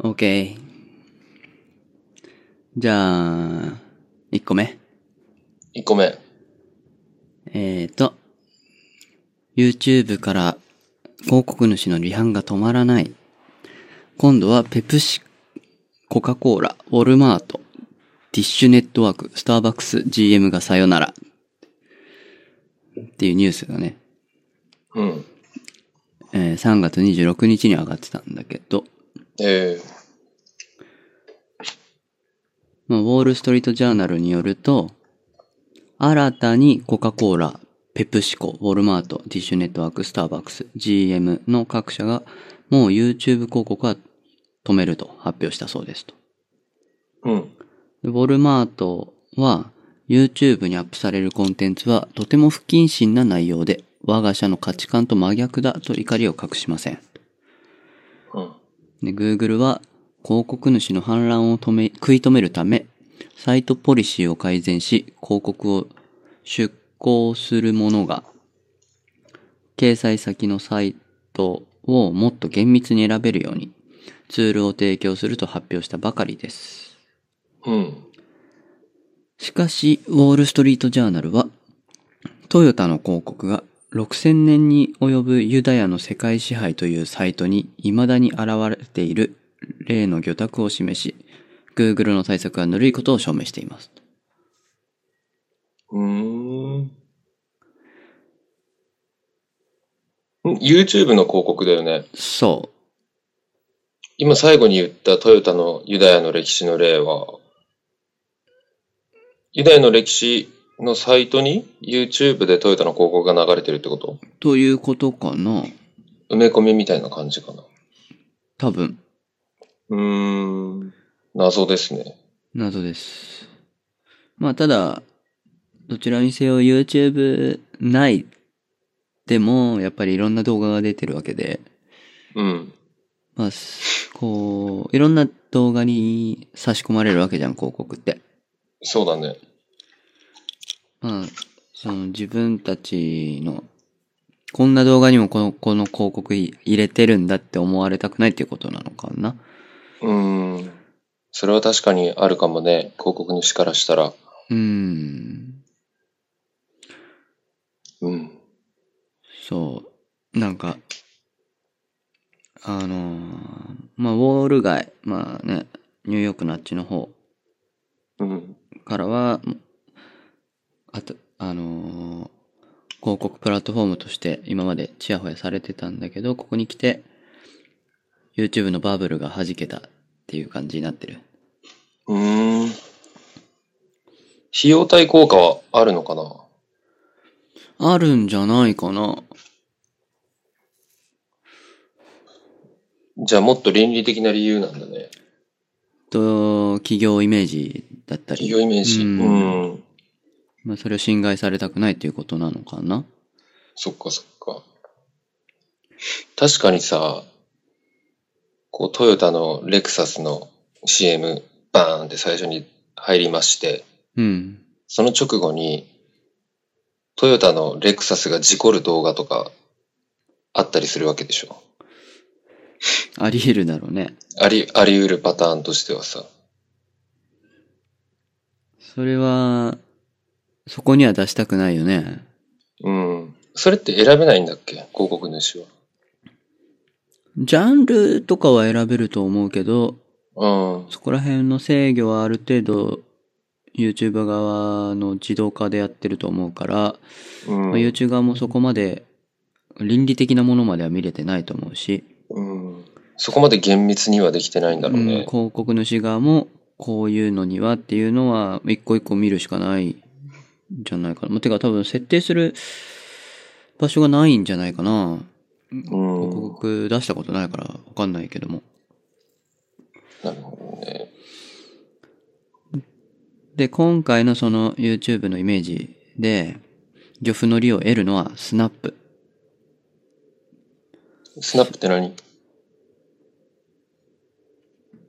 OK。じゃあ、1個目。 1個目。えーと、YouTube から広告主の離反が止まらない。今度はペプシ、コカ・コーラ、ウォルマート、ティッシュネットワーク、スターバックス、GM がさよなら。っていうニュースがね、うん。えー3月26日に上がってたんだけど、えまあ、ウォールストリートジャーナルによると、新たにコカ・コーラ、ペプシコ、ウォルマート、ティッシュネットワーク、スターバックス、GM の各社が、もう YouTube 広告は止めると発表したそうですと。えうん。でウォルマートは、YouTube にアップされるコンテンツはとても不謹慎な内容で、我が社の価値観と真逆だと怒りを隠しません。うん。で、Google は広告主の反乱を止め、食い止めるため、サイトポリシーを改善し、広告を出稿するものが、掲載先のサイトをもっと厳密に選べるように、ツールを提供すると発表したばかりです。うん。しかし、ウォールストリートジャーナルは、トヨタの広告が6000年に及ぶユダヤの世界支配というサイトに未だに現れている例の魚拓を示し、Google の対策がぬるいことを証明しています。うーん。ん YouTube の広告だよね。そ今最後に言ったトヨタのユダヤの歴史の例は、ユダヤの歴史のサイトに YouTube でトヨタの広告が流れてるってことう。ということかな埋め込みみたいな感じかな。多分、うーん。謎ですね。謎です。まあ、ただ、どちらにせよ YouTube ないでも、やっぱりいろんな動画が出てるわけで、うん。まあ、すこう、いろんな動画に差し込まれるわけじゃん、広告って。そうだね。まあ、その自分たちの、こんな動画にもこの、この広告い入れてるんだって思われたくないっていうことなのかな。うーん。それは確かにあるかもね。広告主からしたら。うーん、うん。そう。なんか、あのーまあ、ウォール街、まあね、ニューヨークのあっちの方うん。からは、あと、あのー広告プラットフォームとして今までチヤホヤされてたんだけど、ここに来て、YouTube のバブルが弾けたっていう感じになってる。うーん。費用対効果はあるのかなあるんじゃないかな。じゃあもっと倫理的な理由なんだね。と、企業イメージだった企り、業イメージ。ううんん。まあ、それを侵害されたくないということなのかな。そっかそっか。確かにさ、こうトヨタのレクサスの CM バーンって最初に入りまして、うん。その直後にトヨタのレクサスが事故る動画とかあったりするわけでしょ。あり得るだろうね。あり、あり得るパターンとしてはさ。それは、そこには出したくないよね。うん。それって選べないんだっけ広告主は。ジャンルとかは選べると思うけど、うん。そこら辺の制御はある程度、YouTuber 側の自動化でやってると思うから、うんまあ YouTube 側もそこまで倫理的なものまでは見れてないと思うし、うん、そこまで厳密にはできてないんだろううんね。広告主側もこういうのにはっていうのは一個一個見るしかないんじゃないかな。まあてか多分設定する場所がないんじゃないかな。うん広告出したことないからわかんないけども。なるほどね。で、今回のその YouTube のイメージで、漁夫の利を得るのはスナップ。スナップって何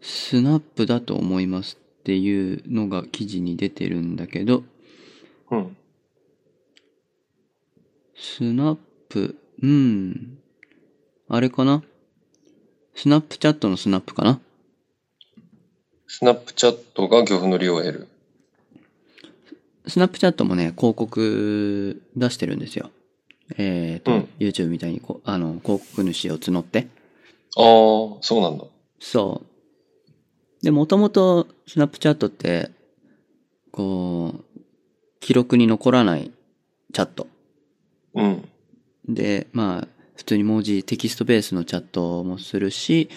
スナップだと思いますっていうのが記事に出てるんだけど、うん。スナップ、うん。あれかなスナップチャットのスナップかなスナップチャットが漁夫の利を得る。スナップチャットもね、広告出してるんですよ。えっ、と、うん YouTube みたいにこう、あの、広告主を募って。ああ、そうなんだ。そう。で、もともとスナップチャットって、こう、記録に残らないチャット。うん。で、まあ、普通に文字、テキストベースのチャットもするし、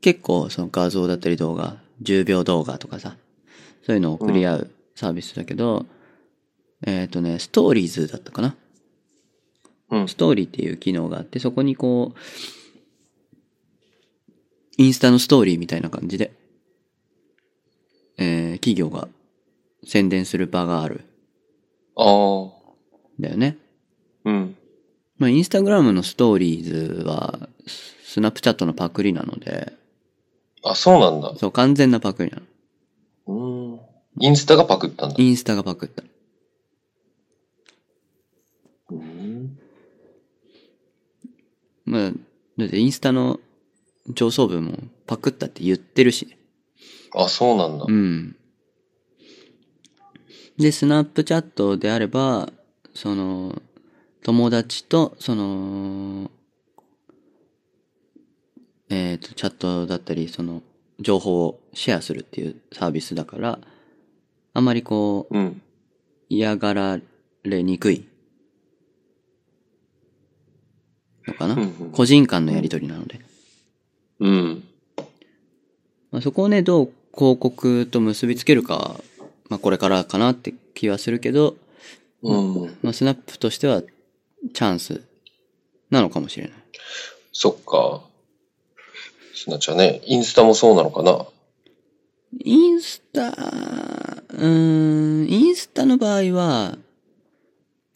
結構その画像だったり動画、10秒動画とかさ、そういうのを送り合うサービスだけど、えっ、とね、ストーリーズだったかな。うんス。トーリーっていう機能があって、そこにこう、インスタのストーリーみたいな感じで、えー企業が宣伝する場があるああ、んだよね。うん。まあ、インスタグラムのストーリーズは、ススナップチャットのパクリなので、あ、そうなんだ。そう、完全なパクリなの。うん。インスタがパクったんだ。インスタがパクった。うん。まあ、だってインスタの上層部もパクったって言ってるしね。あ、そうなんだう。ん。で、スナップチャットであれば、その、友達と、その、えっ、と、チャットだったり、その、情報をシェアするっていうサービスだから、あまりこう、うん。嫌がられにくいのかな、うんうん個人間のやりとりなので。うん。まあ、そこをね、どう広告と結びつけるか、まあ、これからかなって気はするけど、うん。まあ、スナップとしてはチャンスなのかもしれない。そっか。すなちゃんね、インスタもそうなのかな。インスタ、うーん、インスタの場合は、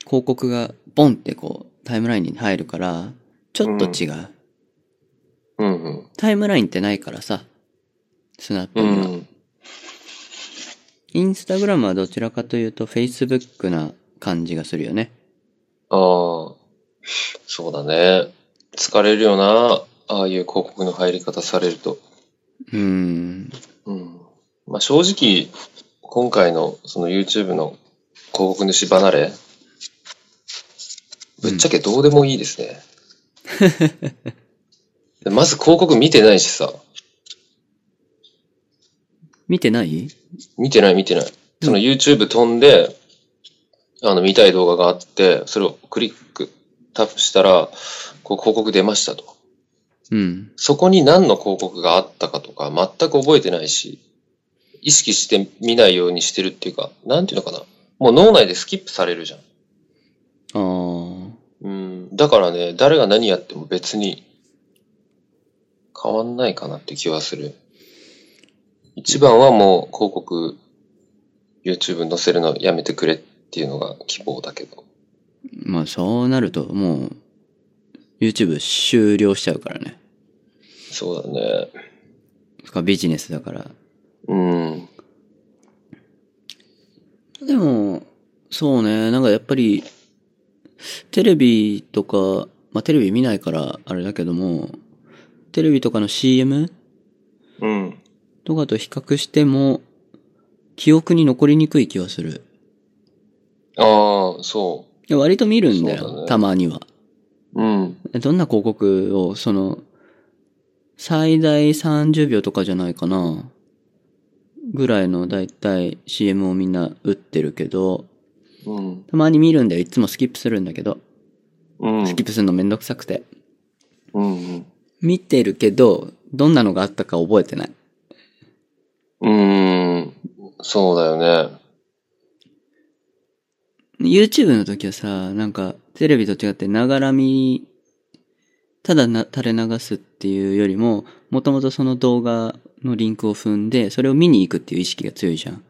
広告がボンってこう、タイムラインに入るから、ちょっと違う。うんうん。タイムラインってないからさ、スナップうには。ん。インスタグラムはどちらかというと Facebook な感じがするよね。ああ、そうだね。疲れるよな。ああいう広告の入り方されると。うーん。うん。まあ正直、今回のその YouTube の広告主離れ、ぶっちゃけどうでもいいです ね。でまず広告見てないしさ。見てない見てない見てない。その YouTube 飛んで、あの見たい動画があって、それをクリック、タップしたら、こう広告出ましたと。うん。そこに何の広告があったかとか全く覚えてないし、意識して見ないようにしてるっていうか、なんていうのかな。もう脳内でスキップされるじゃん。あー。うん。だからね、誰が何やっても別に変わんないかなって気はする。一番はもう広告、YouTube 載せるのやめてくれっていうのが希望だけど。まあそうなるともう YouTube 終了しちゃうからね。そうだね。そっかビジネスだから。うん。でも、そうね。なんかやっぱりテレビとか、まあテレビ見ないからあれだけども、テレビとかの CM うん。とかと比較しても記憶に残りにくい気はする。ああ、そいや割と見るんだよ、そうだねたまには。う。うん。どんな広告を、その、最大30秒とかじゃないかな。ぐらいのだいたい CM をみんな打ってるけど、うん。たまに見るんだよ。いつもスキップするんだけど。うん。スキップするのめんどくさくて。うん。見てるけど、どんなのがあったか覚えてない。うん。そうだよね。 YouTube の時はさ、なんか、テレビと違って、ながら見、ただな、垂れ流すっていうよりも、もともとその動画のリンクを踏んで、それを見に行くっていう意識が強いじゃん。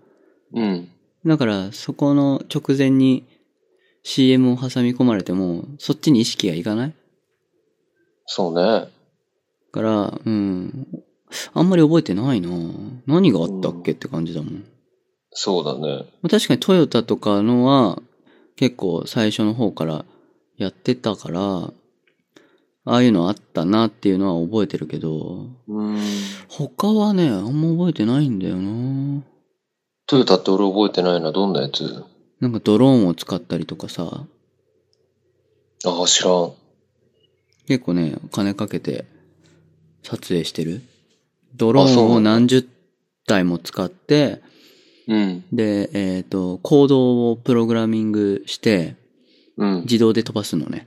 うん。だから、そこの直前に CM を挟み込まれても、そっちに意識がいかないそうね。から、うん。あんまり覚えてないな何があったっけって感じだもん。そうだね。まあ確かにトヨタとかのは、結構最初の方からやってたから、ああいうのあったなっていうのは覚えてるけど、うん。他はね、あんま覚えてないんだよなトヨタって俺覚えてないな。どんなやつなんかドローンを使ったりとかさ、ああ、知らん。結構ね、お金かけて撮影してる。ドロあーそうンなをんだ何十台も使って、うん。で、えっ、と、コードをプログラミングして、うん。自動で飛ばすのね。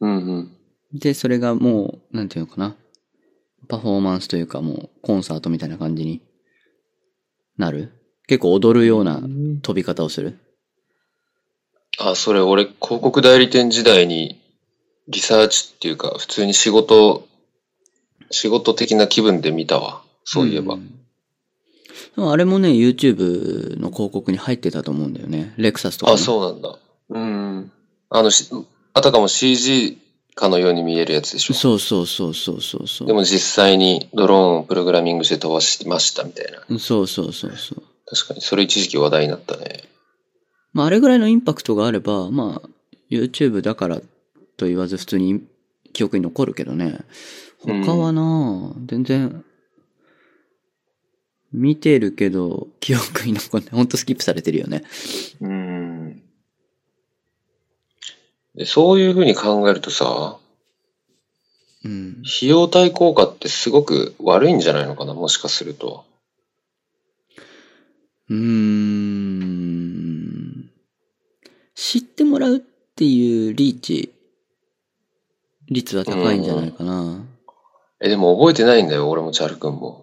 うんうん。で、それがもう、なんていうのかな。パフォーマンスというかもう、コンサートみたいな感じになる。結構踊るような飛び方をする。あ、それ俺、広告代理店時代に、リサーチっていうか、普通に仕事、仕事的な気分で見たわ。そういえば。んでもあれもね、YouTube の広告に入ってたと思うんだよね。レクサスとか、ね。あ、そうなんだ。うん。あの、しあたかも CG かのように見えるやつでしょ。そうそうそうそうそうそう。でも実際にドローンをプログラミングして飛ばしましたみたいな。そうそうそうそう。確かに、それ一時期話題になったね。まあ、あれぐらいのインパクトがあれば、まあ、YouTube だからと言わず普通に記憶に残るけどね。うん他はなあ、全然、見てるけど、記憶に残んない。ほんとスキップされてるよね。うん。で、そういうふうに考えるとさ、うん。費用対効果ってすごく悪いんじゃないのかな、もしかすると。うーん。知ってもらうっていうリーチ、率は高いんじゃないかな。え、でも覚えてないんだよ、俺もチャル君も。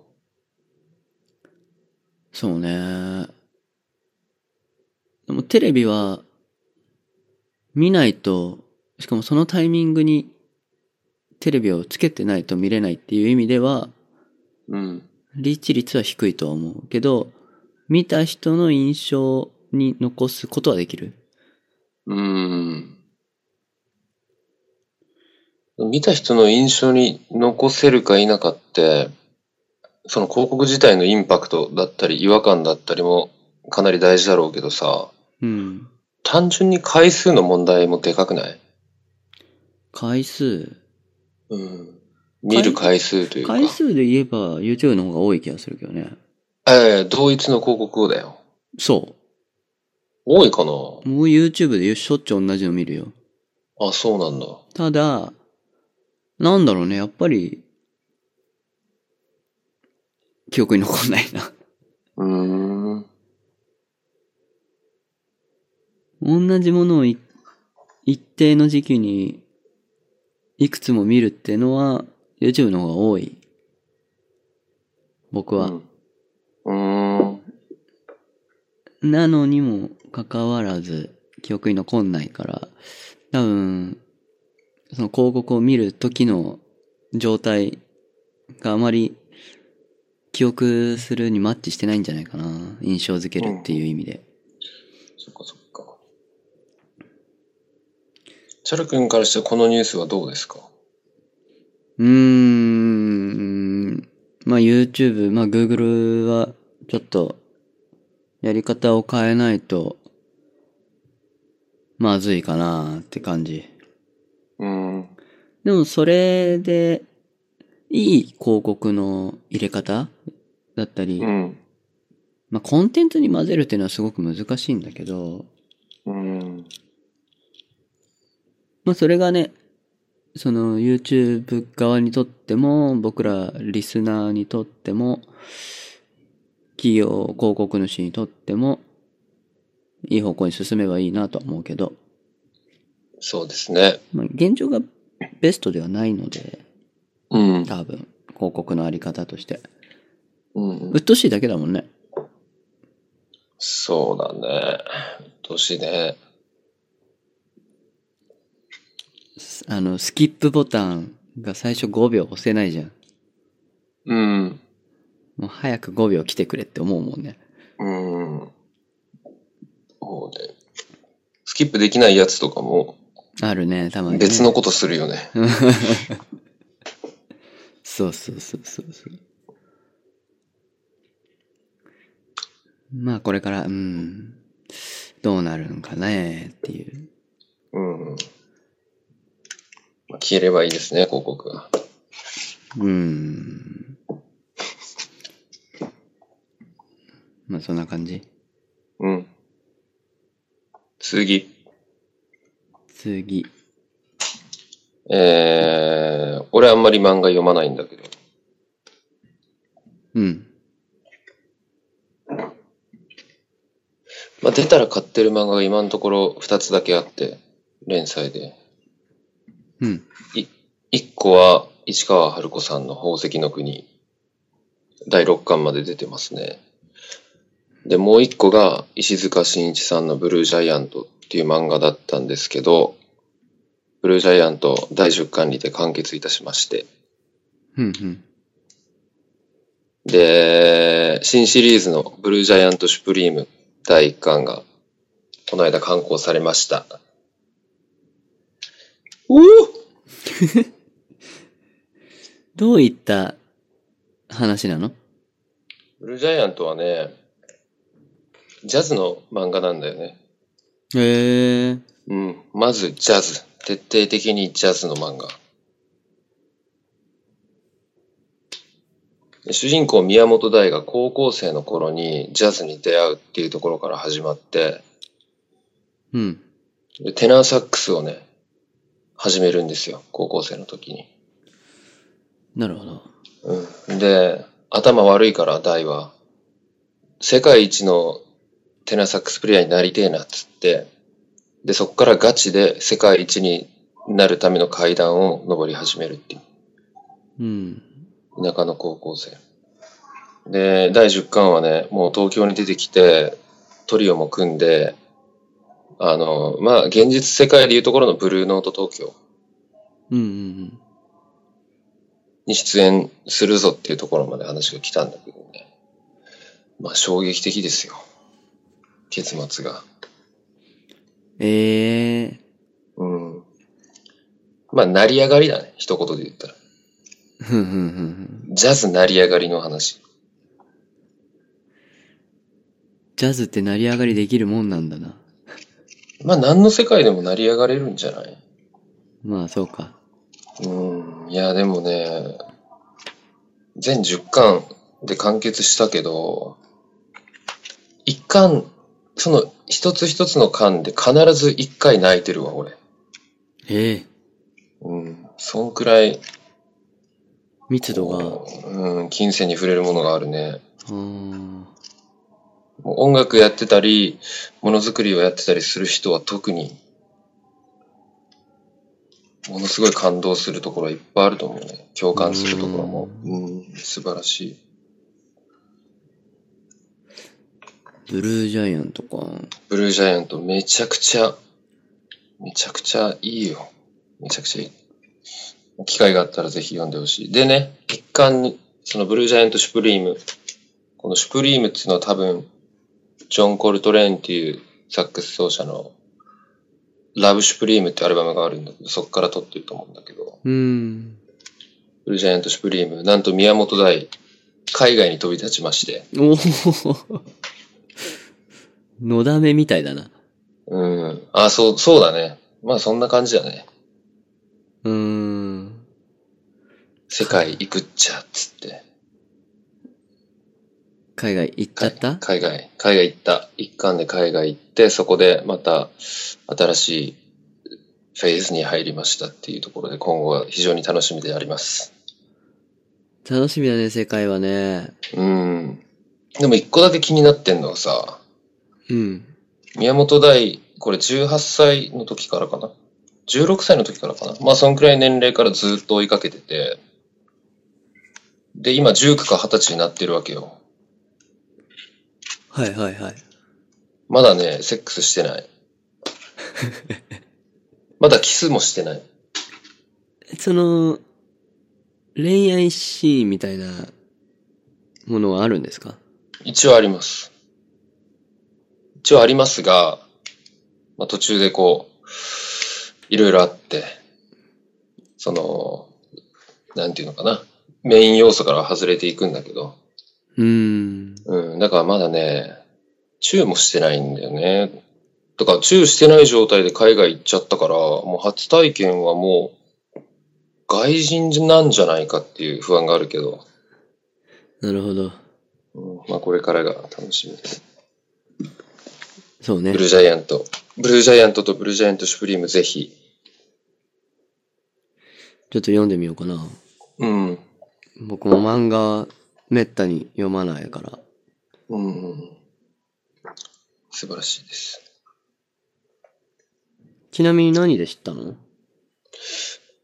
そうね。でもテレビは見ないと、しかもそのタイミングにテレビをつけてないと見れないっていう意味では、うん。リーチ率は低いとは思うけど、見た人の印象に残すことはできる。うん。見た人の印象に残せるか否かって、その広告自体のインパクトだったり違和感だったりもかなり大事だろうけどさ、うん。単純に回数の問題もでかくない回数。うん。見る回数というか。回数で言えば YouTube の方が多い気がするけどね。ええ同一の広告をだよ。そ多いかなう。もう YouTube でしょっちゅう同じの見るよ。あ、そうなんだ。ただ、なんだろうね、やっぱり、記憶に残んないな。うーん。同じものをい一定の時期にいくつも見るってのは YouTube の方が多い。僕は。うん。うーん。なのにもかかわらず記憶に残んないから、多分、その広告を見る時の状態があまり記憶するにマッチしてないんじゃないかな。印象づけるっていう意味で。そっかそっか。チャル君からしてこのニュースはどうですかうーん。まあ YouTube、まあ Google はちょっとやり方を変えないとまずいかなって感じ。うん。でもそれで、いい広告の入れ方だったり、うん。まあコンテンツに混ぜるっていうのはすごく難しいんだけど、うん。まあそれがね、その YouTube 側にとっても、僕らリスナーにとっても、企業広告主にとっても、いい方向に進めばいいなとは思うけど、そうですね。まあ現状がベストではないので、うん。多分、広告のあり方として。うん、うっとうしいだけだもんね。そうだね。うっとうしいね。あの、スキップボタンが最初5秒押せないじゃん。うん。もう早く5秒来てくれって思うもんね。うん。そうね。スキップできないやつとかもあるね、たまに、ね。別のことするよね。そうそうそうそうそう。まあこれから、うん、どうなるんかねっていう。うん。まあ、消えればいいですね、広告が。うーん。まあ、そんな感じ。うん。次。次。えー、俺あんまり漫画読まないんだけど、うん。まあ、出たら買ってる漫画が今のところ2つだけあって、連載で。うん。 1個は市川春子さんの宝石の国。第6巻まで出てますね。で、もう1個が石塚真一さんのブルージャイアントっていう漫画だったんですけど、ブルージャイアント第10巻にて完結いたしまして。うん、うん。で、新シリーズのブルージャイアントシュプリーム第1巻が、この間刊行されました。おどういった話なのブルージャイアントはね、ジャズの漫画なんだよね。へえ。うん。まずジャズ。徹底的にジャズの漫画。で主人公宮本大が高校生の頃にジャズに出会うっていうところから始まって、うん。でテナーサックスをね、始めるんですよ。高校生の時に。なるほど。うん。で、頭悪いから、大は。世界一のテナーサックスプレイヤーになりてえなっつって、で、そこからガチで世界一になるための階段を登り始めるっていう。うん。田舎の高校生。で、第10巻はね、もう東京に出てきて、トリオも組んで、あの、まあ、現実世界でいうところのブルーノート東京うん、うん、に出演するぞっていうところまで話が来たんだけどね。まあ衝撃的ですよ。結末が。うん。ええ。うん。まあ成り上がりだね。一言で言ったら。ふんふんふんふん。ジャズ成り上がりの話。ジャズって成り上がりできるもんなんだな。まあ何の世界でも成り上がれるんじゃないまあ、そうか。うん。いや、でもね、全10巻で完結したけど、1巻、その一つ一つの巻で必ず1回泣いてるわ、俺。ええ。うん。そんくらい密度が。うん、金銭に触れるものがあるね。ああ。もう音楽やってたり、ものづくりをやってたりする人は特に、ものすごい感動するところはいっぱいあると思うね。共感するところも。うん、素晴らしい。ブルージャイアントか。ブルージャイアントめちゃくちゃ、めちゃくちゃいいよ。めちゃくちゃいい。機会があったらぜひ読んでほしい。でね、一巻に、そのブルージャイアントシュプリーム。このシュプリームっていうのは多分、ジョン・コルトレーンっていうサックス奏者の、ラブ・シュプリームってアルバムがあるんだけど、そこから撮ってると思うんだけど、うん。ブルージャイアントシュプリーム、なんと宮本大、海外に飛び立ちまして、おお。のだめみたいだな。うん。あ、そう、そうだね。まあそんな感じだね。うーん。世界行くっちゃ、っつって。海外行っちゃった海外、海外行った。一巻で海外行って、そこでまた新しいフェーズに入りましたっていうところで、今後は非常に楽しみであります。楽しみだね、世界はね。うん。でも一個だけ気になってんのはさ、うん。宮本大、これ18歳の時からかな ?16 歳の時からかなまあ、そんくらい年齢からずっと追いかけてて、で、今19か20歳になってるわけよ。はいはいはい。まだね、セックスしてない。まだキスもしてない。その、恋愛シーンみたいなものはあるんですか一応あります。一応ありますが、まあ、途中でこう、いろいろあって、その、なんていうのかな。メイン要素からは外れていくんだけど。うーん。うん、だからまだね、チューもしてないんだよね。だからチューしてない状態で海外行っちゃったから、もう初体験はもう、外人なんじゃないかっていう不安があるけど、なるほど。うんまあこれからが楽しみです。そうねブ。ルージャイアント。ブルージャイアントとブルージャイアントシュプリームぜひ。ちょっと読んでみようかな。うん。僕も漫画はめったに読まないから。うんうん。素晴らしいです。ちなみに何で知ったの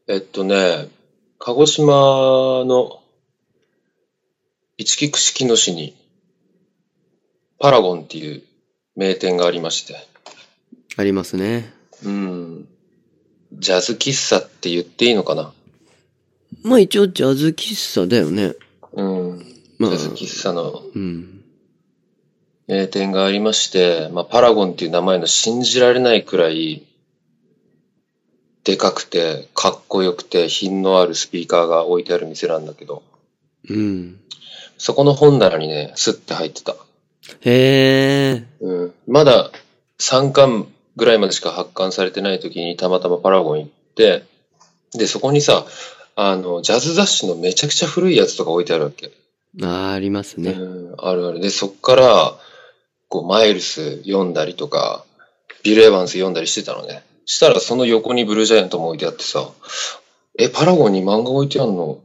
えっとね、鹿児島の一木串木野市にパラゴンっていう名店がありまして、ありますね。うん。ジャズ喫茶って言っていいのかなまあ一応ジャズ喫茶だよね。うん。ジまあャ、ズ喫茶のうん。名店がありまして、まあ、パラゴンっていう名前の信じられないくらい、でかくて、かっこよくて、品のあるスピーカーが置いてある店なんだけど、うん。そこの本棚にね、スッて入ってた。へえ。うん。まだ3巻ぐらいまでしか発刊されてない時にたまたまパラゴン行って、で、そこにさ、あの、ジャズ雑誌のめちゃくちゃ古いやつとか置いてあるわけ。あーありますね。うん、あるある。で、そっから、こう、マイルス読んだりとか、ビル・エヴァンス読んだりしてたのね。したら、その横にブルージャイアントも置いてあってさ、え、パラゴンに漫画置いてあんの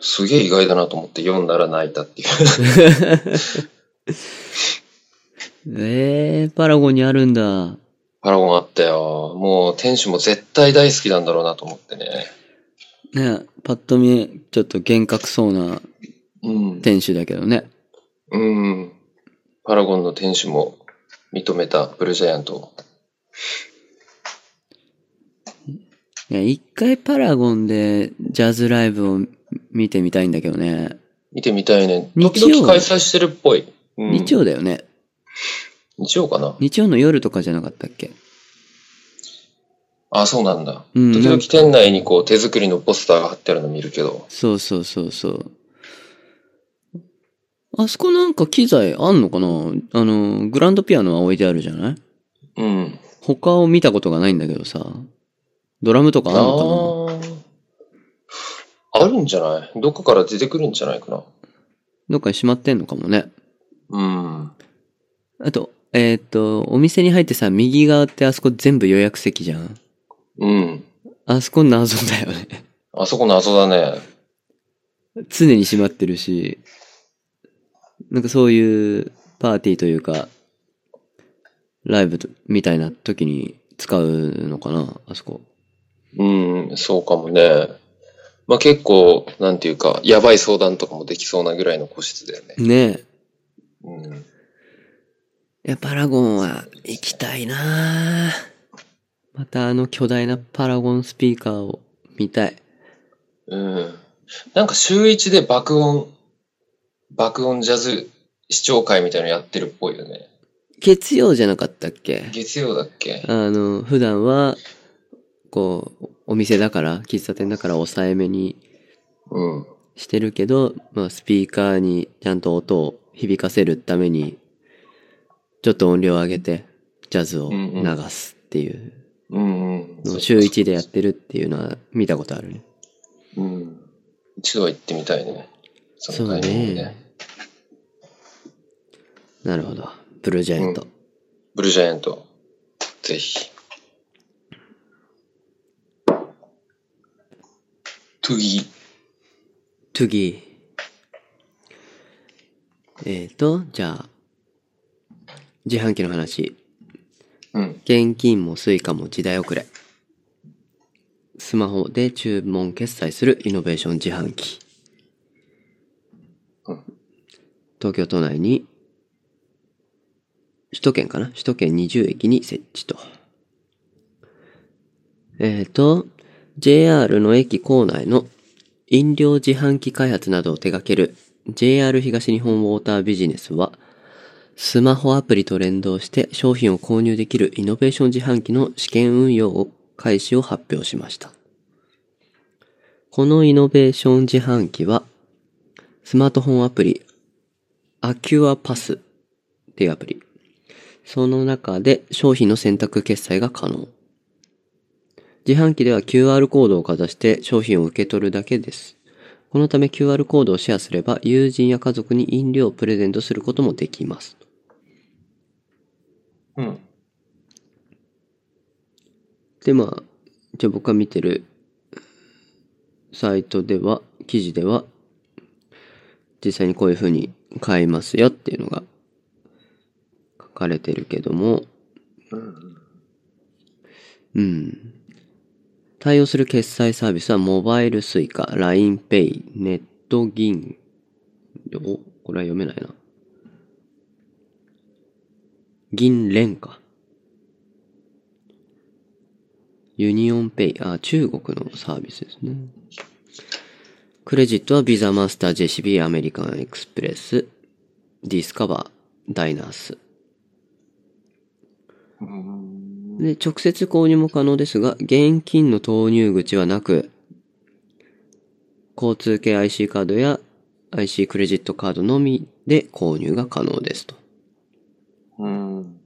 すげえ意外だなと思って読んだら泣いたっていう。 ええパラゴンにあるんだ。パラゴンあったよ。もう、店主も絶対大好きなんだろうなと思ってね。ねパッと見、ちょっと幻覚そうなうん。店主だけどね。うん。パラゴンの店主も認めたブルージャイアントを。いや、一回パラゴンでジャズライブを見てみたいんだけどね。見てみたいね。時日曜々開催してるっぽい。うん日曜だよね。日曜かな日曜の夜とかじゃなかったっけあ、そうなんだ。うん時なん々か店内にこう手作りのポスターが貼ってあるの見るけど。そうそうそうそう。あそこなんか機材あんのかなあの、グランドピアノは置いてあるじゃないうん。他を見たことがないんだけどさ。ドラムとかあんのかなああ。あるんじゃないどっかから出てくるんじゃないかな。どっかにしまってんのかもね。うん。あと、えーっと、お店に入ってさ、右側ってあそこ全部予約席じゃんうん。あそこ謎だよね。あそこ謎だね。常に閉まってるし、なんかそういうパーティーというか、ライブとみたいな時に使うのかなあそこ。うん、そうかもね。まあ、結構、なんていうか、やばい相談とかもできそうなぐらいの個室だよね。ねえ。うん。いや、パラゴンは行きたいなあまたあの巨大なパラゴンスピーカーを見たい。うん。なんか週一で爆音、爆音ジャズ視聴会みたいなのやってるっぽいよね。月曜じゃなかったっけ月曜だっけあの、普段は、こう、お店だから、喫茶店だから抑えめにうん。してるけど、まあ、スピーカーにちゃんと音を響かせるために、ちょっと音量を上げて、ジャズをうんうん流すっていううんうのをん。週1でやってるっていうのは見たことあるね。うん。一度は行ってみたいね。そそのうタイミングでね。。なるほど。ブルージャイアント。ブルージャイアント、ぜひ。トゥギ次。えーと、じゃあ、自販機の話。うん。現金もスイカも時代遅れ。スマホで注文決済するイノベーション自販機。うん東京都内に、首都圏かな首都圏20駅に設置と。えっ、と、JR の駅構内の飲料自販機開発などを手掛ける JR 東日本ウォータービジネスは、スマホアプリと連動して商品を購入できるイノベーション自販機の試験運用を開始を発表しました。このイノベーション自販機は、スマートフォンアプリ、アキュアパスっていうアプリ。その中で商品の選択決済が可能。自販機では QR コードをかざして商品を受け取るだけです。このため QR コードをシェアすれば友人や家族に飲料をプレゼントすることもできます。うん。で、まあ、一応僕が見てるサイトでは、記事では、実際にこういう風に買いますよっていうのが書かれてるけども、うん。対応する決済サービスはモバイルスイカ、LINEPay、ネット銀。お、これは読めないな。銀連か。ユニオンペイ、あ、中国のサービスですね。クレジットはビザマスター、JCB、アメリカンエクスプレス、ディスカバー、ダイナース。で、直接購入も可能ですが、現金の投入口はなく、交通系 IC カードや IC クレジットカードのみで購入が可能ですと。うん。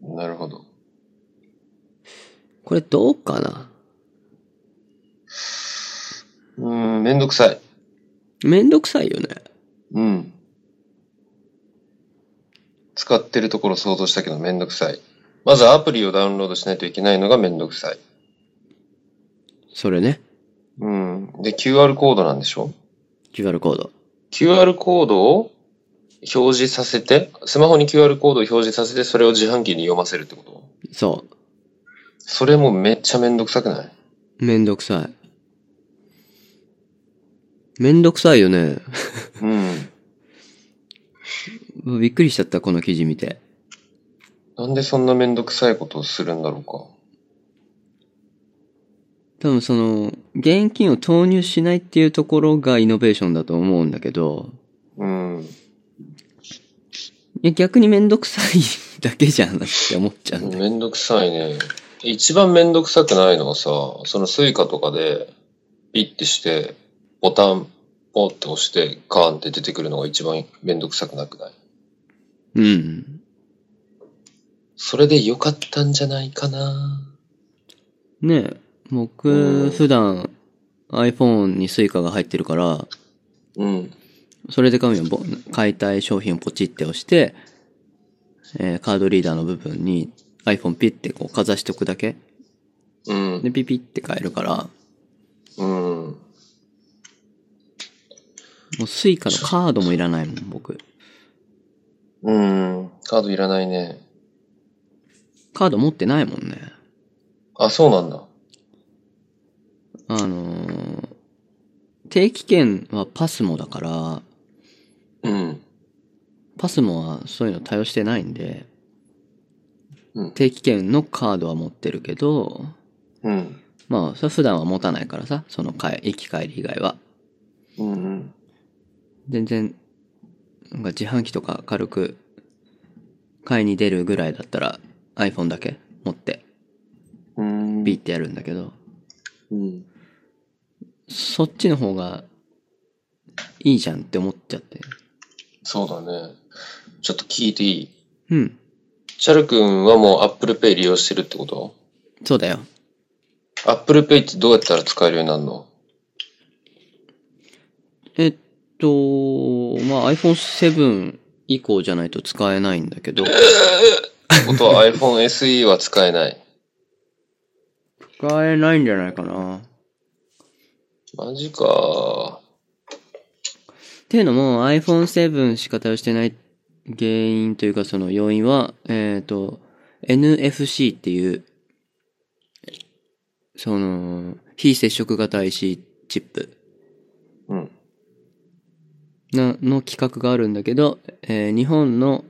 なるほど。これどうかなうん、めんどくさい。めんどくさいよね。うん。使ってるところ想像したけどめんどくさい。まずアプリをダウンロードしないといけないのがめんどくさい。それね。うん。で、QR コードなんでしょ QR コード。 ?QR コードを表示させて、スマホに QR コードを表示させて、それを自販機に読ませるってことそ。それもめっちゃめんどくさくないうめんどくさい。めんどくさいよね。 うん。うわびっくりしちゃった、この記事見て。なんでそんなめんどくさいことをするんだろうか。多分その、現金を投入しないっていうところがイノベーションだと思うんだけど、うん。いや、逆にめんどくさい だけじゃんって思っちゃうんだよ。めんどくさいね。一番めんどくさくないのはさ、そのスイカとかで、ピッてして、ボタン、ポンって押して、カーンって出てくるのが一番めんどくさくなくないうん。それで良かったんじゃないかなねえ、う僕、ん普段 iPhone にスイカが入ってるから、うん。それで紙をぼ買いたい商品をポチって押して、えーカードリーダーの部分に iPhone ピッてこうかざしとくだけうん。でピピって買えるから、うん。もうスイカのカードもいらないもん、僕。うん。カードいらないね。カード持ってないもんね。あ、そうなんだ。あのー定期券はパスモだから、うん。パスモはそういうの対応してないんで、うん定期券のカードは持ってるけど、うん。まあ、それは普段は持たないからさ、その帰、行き帰り以外は。うんうん。全然、なんか自販機とか軽く、買いに出るぐらいだったら iPhone だけ持って、うん。ビーってやるんだけど、うん。そっちの方が、いいじゃんって思っちゃって。そうだね。ちょっと聞いていいうん。チャル君はもう Apple Pay 利用してるってことそうだよ。 Apple Pay ってどうやったら使えるようになるのえっと、まあ iPhone7 以降じゃないと使えないんだけど、ことは iPhone SE は使えない。使えないんじゃないかな。っマジか。ていうのも iPhone7 しか対応してない原因というかその要因は、えっ、と、NFC っていう、その、非接触型 IC チップうん。なの規格があるんだけど、えー日本の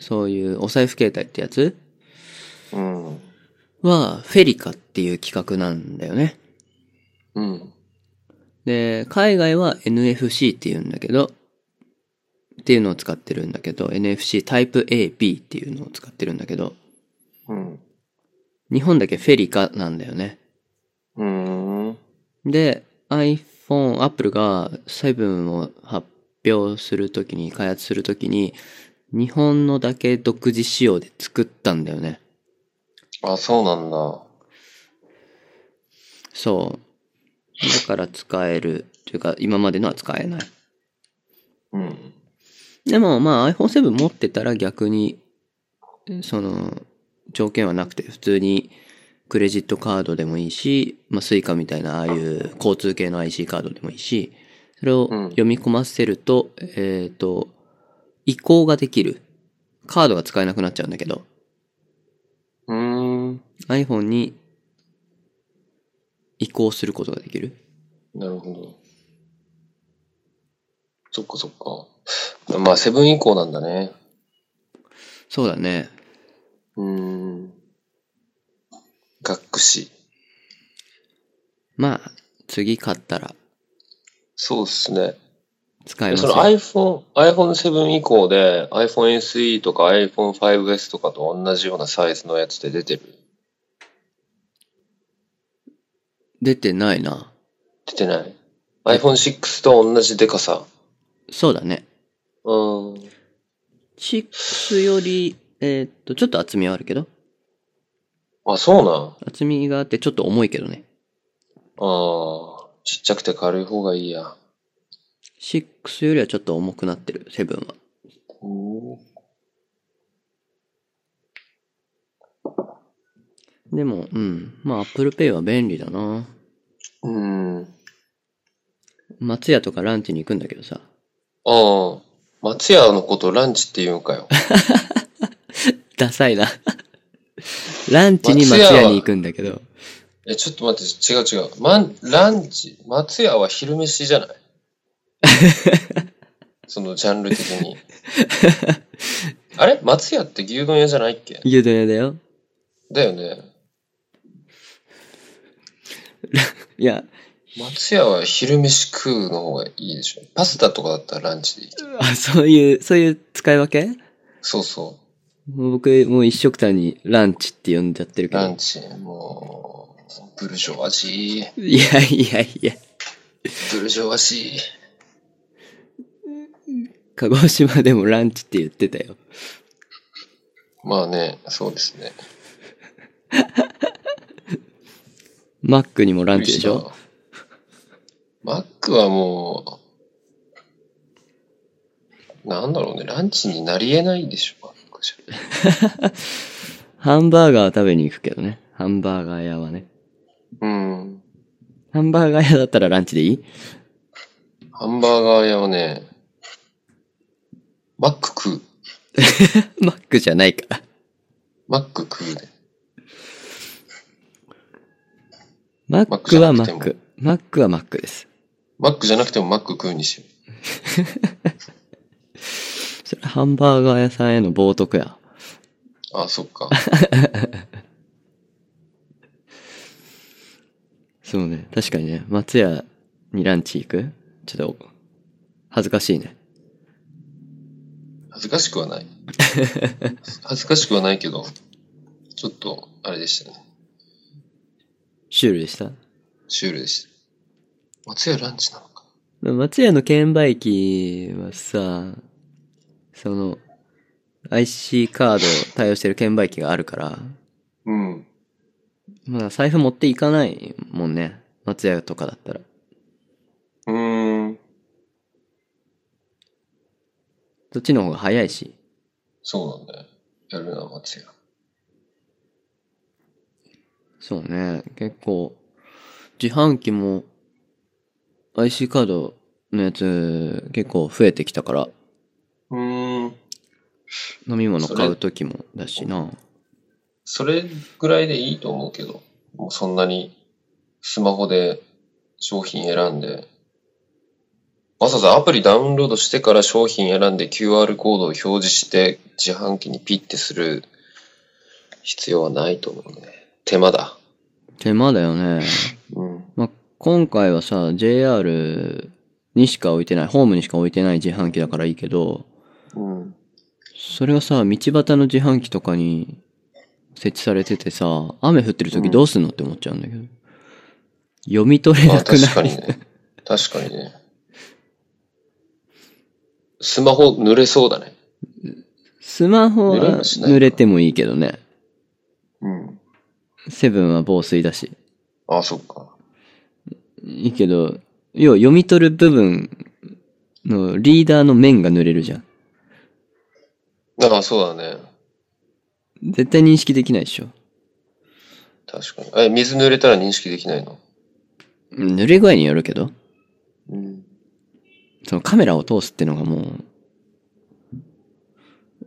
そういうお財布携帯ってやつうん。はフェリカっていう規格なんだよね。うん。で、海外は NFC って言うんだけど、っていうのを使ってるんだけど、NFC タイプ A、B っていうのを使ってるんだけど、うん。日本だけフェリカなんだよね。うん。で、iPhone、Apple が7を発表するときに、開発するときに、日本のだけ独自仕様で作ったんだよね。あ、そうなんだ。そう。だから使える。というか、今までのは使えない。うん。でも、まあ iPhone7 持ってたら逆に、その、条件はなくて、普通にクレジットカードでもいいし、まあ Suica みたいな、ああいう交通系の IC カードでもいいし、それをうん読み込ませると、えっ、と、移行ができる。カードが使えなくなっちゃうんだけど、うーん。 iPhone に移行することができる。なるほど。そっかそっか。まあ、セブン以降なんだね。そうだね。うーん。学士。まあ、次買ったらそうっすね。使えでますよその iPhone、iPhone7 以降で iPhone SE とか iPhone5S とかと同じようなサイズのやつで出てる出てないな。出てない ?iPhone6 と同じでかさ。そうだね。うん。 6より、えーっと、ちょっと厚みはあるけど、あ、そうなん。厚みがあってちょっと重いけどね。ああ、ちっちゃくて軽い方がいいや。 6よりはちょっと重くなってる、7は。うん。でも、うん。まあ、Apple Pay は便利だな。うん。松屋とかランチに行くんだけどさ。ああ、松屋のことランチって言うんかよ。ダサいな。 ランチに松屋に行くんだけど。え、ちょっと待って、違う違う。まん、ランチ、松屋は昼飯じゃないそのジャンル的に。あれ松屋って牛丼屋じゃないっけ牛丼屋だよ。だよね。いや、松屋は昼飯食うの方がいいでしょ。パスタとかだったらランチでいいけど。あそういう、そういう使い分けそうそもう僕、もう一食単にランチって呼んじゃってるう。けラどン。チ、もう、ブルジョワジ ー、いやいやいや。ブルジョワジー。鹿児島でもランチって言ってたよ。まあね、そうですね。マックにもランチでしょマックはもう、なんだろうね、ランチになり得ないでしょ、マックじゃ。ハンバーガーは食べに行くけどね。ハンバーガー屋はね。うん。ハンバーガー屋だったらランチでいいハンバーガー屋はね、マック食う。マックじゃないから。マック食うで。マックはマッマックじゃなくてク。マックはマックです。マックじゃなくてもマック食うにしよう。それハンバーガー屋さんへの冒涜や。あそっか。そうね。確かにね。松屋にランチ行くちょっと、恥ずかしいね。恥ずかしくはない。恥ずかしくはないけど、ちょっと、あれでしたね。シュールでした。シュールでした。松屋ランチなのか。松屋の券売機はさ、その、IC カード対応してる券売機があるから、うん。まあ財布持っていかないもんね。松屋とかだったら。うーん。どっちの方が早いし。そうなんだよ。やるな、松屋。そうね。結構、自販機も IC カードのやつ結構増えてきたから、うーん。飲み物買う時もだしな。それぐらいでいいと思うけど、もうそんなにスマホで商品選んで、わざわざアプリダウンロードしてから商品選んで QR コードを表示して自販機にピッてする必要はないと思うね。手間だ。手間だよね。うん。まあ、今回はさ、JR にしか置いてない、ホームにしか置いてない自販機だからいいけど、うん。それがさ、道端の自販機とかに設置されててさ、雨降ってる時どうすんのって思っちゃうんだけど。読み取れまあなく確なかる。にね。確かにね。スマホ濡れそうだね。スマホ濡れはもしないか濡れてもいいけどね。うん。セブンは防水だし。ああ、そっか。いいけど、要は読み取る部分のリーダーの面が濡れるじゃん。ああ、そうだね。絶対認識できないでしょ。確かに。え、水濡れたら認識できないのうん濡れ具合によるけど、うん。そのカメラを通すってのがもう、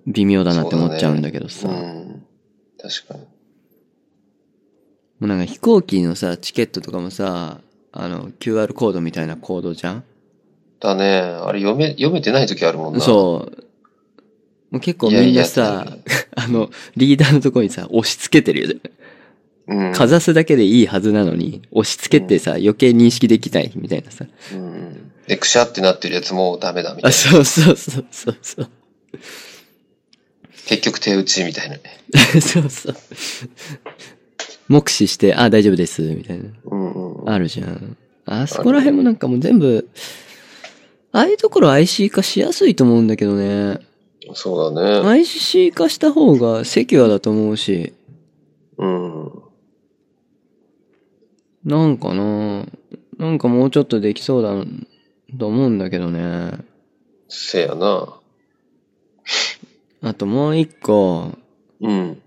微妙だなって思っちゃうんだけどさ。うん。確かに。もうなんか飛行機のさ、チケットとかもさ、あの、QR コードみたいなコードじゃんだね。あれ読め、読めてない時あるもんな。そう。もう結構みんなさ、いやい あの、リーダーのとこにさ、押し付けてるよね。う。うん。かざすだけでいいはずなのに、押し付けてさ、余計認識できないみたいなさ。うん。で、くしゃってなってるやつもダメだみたあ、いな。そうそうそうそうそう。 結局手打ちみたいなね。そうそう。目視して、あ、大丈夫です、みたいな。うんうん。あるじゃん。あそこら辺もなんかもう全部、ああいうところ IC 化しやすいと思うんだけどね。そうだね。 IC 化した方がセキュアだと思うし、うん。なんかななんかもうちょっとできそうだと思うんだけどね。せやな。あともう一個、うん。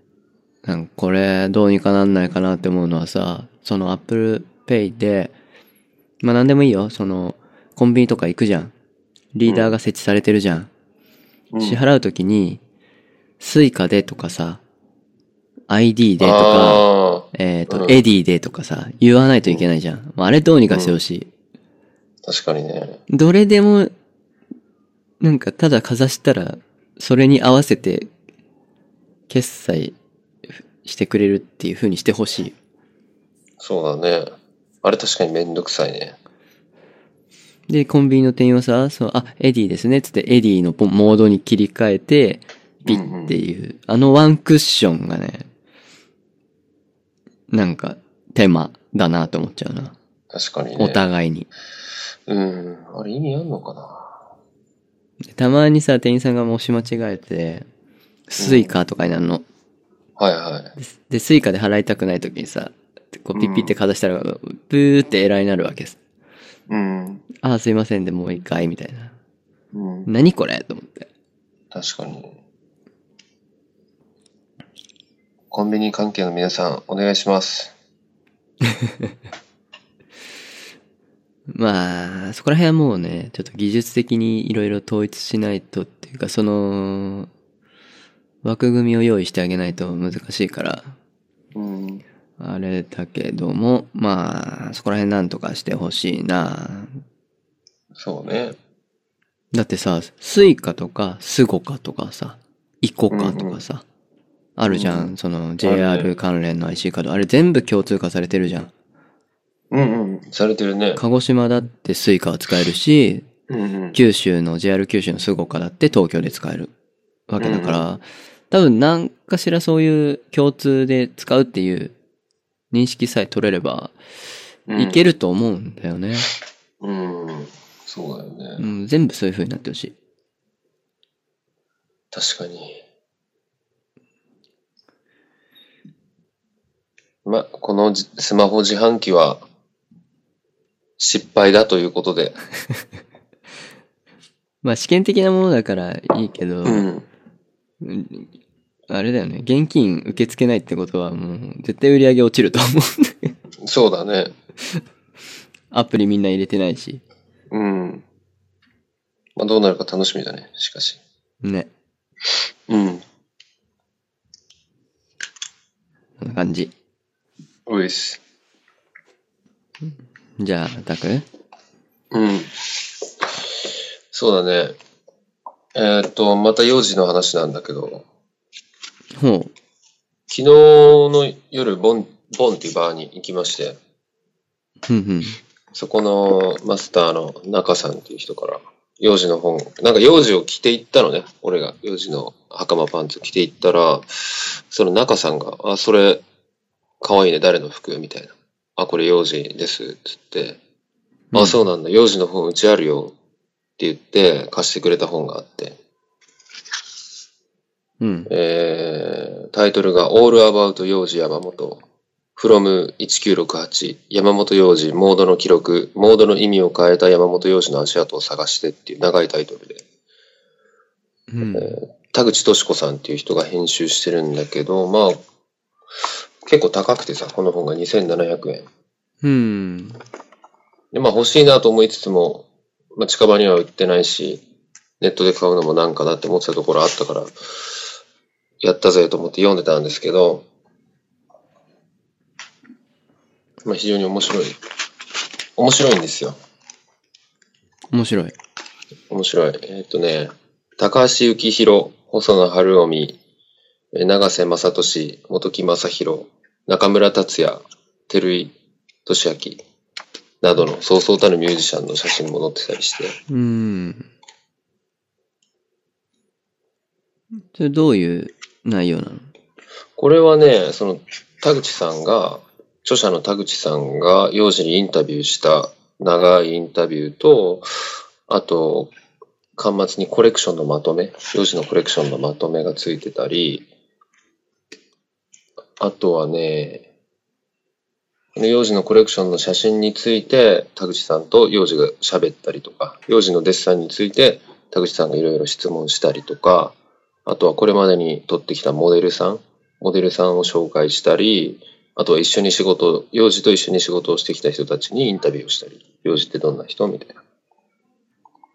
なんかこれどうにかなんないかなって思うのはさ、その Apple Pay で、まあなんでもいいよ、そのコンビニとか行くじゃん。リーダーが設置されてるじゃん。うん支払うときに、スイカでとかさ、ID でとか、あえっ、と、うんエディでとかさ、言わないといけないじゃん。まああれどうにかしてほしい。あ、確かにね。どれでも、なんかただかざしたら、それに合わせて、決済してくれるっていう風にしてほしい。そうだね。あれ確かにめんどくさいね。で、コンビニの店員はさ、そのあ、エディですね、つってエディのポモードに切り替えて、ピッっていう、あのワンクッションがね、なんか、手間だなと思っちゃうな。確かにね。お互いに。うん。あれ意味あんのかなたまにさ、店員さんがもう押し間違えて、スイカとかになるの。はいはい。で、スイカで払いたくない時にさ、こうピッピってかざしたら、ブーってエラーになるわけです。うん。ああ、すいませんで、もう一回、みたいな。うん。何これと思って。確かに。コンビニ関係の皆さん、お願いします。まあ、そこら辺はもうね、ちょっと技術的にいろいろ統一しないとっていうか、その、枠組みを用意してあげないと難しいから、うん。あれだけども、まあ、そこら辺なんとかしてほしいな。そうね。だってさ、スイカとか、スゴカとかさ、イコカとかさ、あるじゃん、そのある JR ね関連の IC カード。あれ全部共通化されてるじゃん。うんうん。されてるね。鹿児島だってスイカは使えるし、うんうん。九州の JR 九州のスゴカだって東京で使えるわけだから、多分何かしらそういう共通で使うっていう認識さえ取れれば、うんいけると思うんだよね。うん。そうだよね。うん、全部そういう風になってほしい。確かに。ま、このじスマホ自販機は失敗だということで。まあ試験的なものだからいいけど、うん。うんあれだよね。現金受け付けないってことはもう絶対売り上げ落ちると思う。 そうだね。アプリみんな入れてないし。うん。まあ、どうなるか楽しみだね、しかし。ね。うん。そんな感じ。ういし。じゃあ、タクうん。そうだね。えーっと、また幼児の話なんだけど、ほう。昨日の夜、ボン、ボンっていうバーに行きまして。ふんふん。そこのマスターの中さんっていう人から、幼児の本、なんか幼児を着ていったのね。俺が幼児の袴パンツ着ていったら、その中さんが、あ、それ、かわいいね、誰の服みたいな。あ、これ幼児です、つって。うあ、んそうなんだ、幼児の本うちあるよ、って言って貸してくれた本があって。うん。えー、タイトルが All About 幼児山本 from1968 山本洋次モードの記録モードの意味を変えた山本洋次の足跡を探してっていう長いタイトルでうん。田口敏子さんっていう人が編集してるんだけどまあ結構高くてさこの本が2700円うん。でまあ欲しいなと思いつつも、まあ、近場には売ってないしネットで買うのもなんかなって思ってたところあったからやったぜと思って読んでたんですけど、まあ、非常に面白い面白いんですよ面白い。面白い。えーっとね、高橋幸宏、細野晴臣、えー永瀬正敏、本木正宏、中村達也、照井俊明、などのそうそうたるミュージシャンの写真も載ってたりして。うん。それどういう内容なのこれはね、その田口さんが、著者の田口さんが幼児にインタビューした長いインタビューと、あと、端末にコレクションのまとめ、幼児のコレクションのまとめがついてたり、あとはね、この幼児のコレクションの写真について田口さんと幼児が喋ったりとか、幼児のデッサンについて田口さんがいろいろ質問したりとか、あとはこれまでに撮ってきたモデルさん、モデルさんを紹介したり、あとは一緒に仕事を、幼児と一緒に仕事をしてきた人たちにインタビューをしたり、幼児ってどんな人みたいな。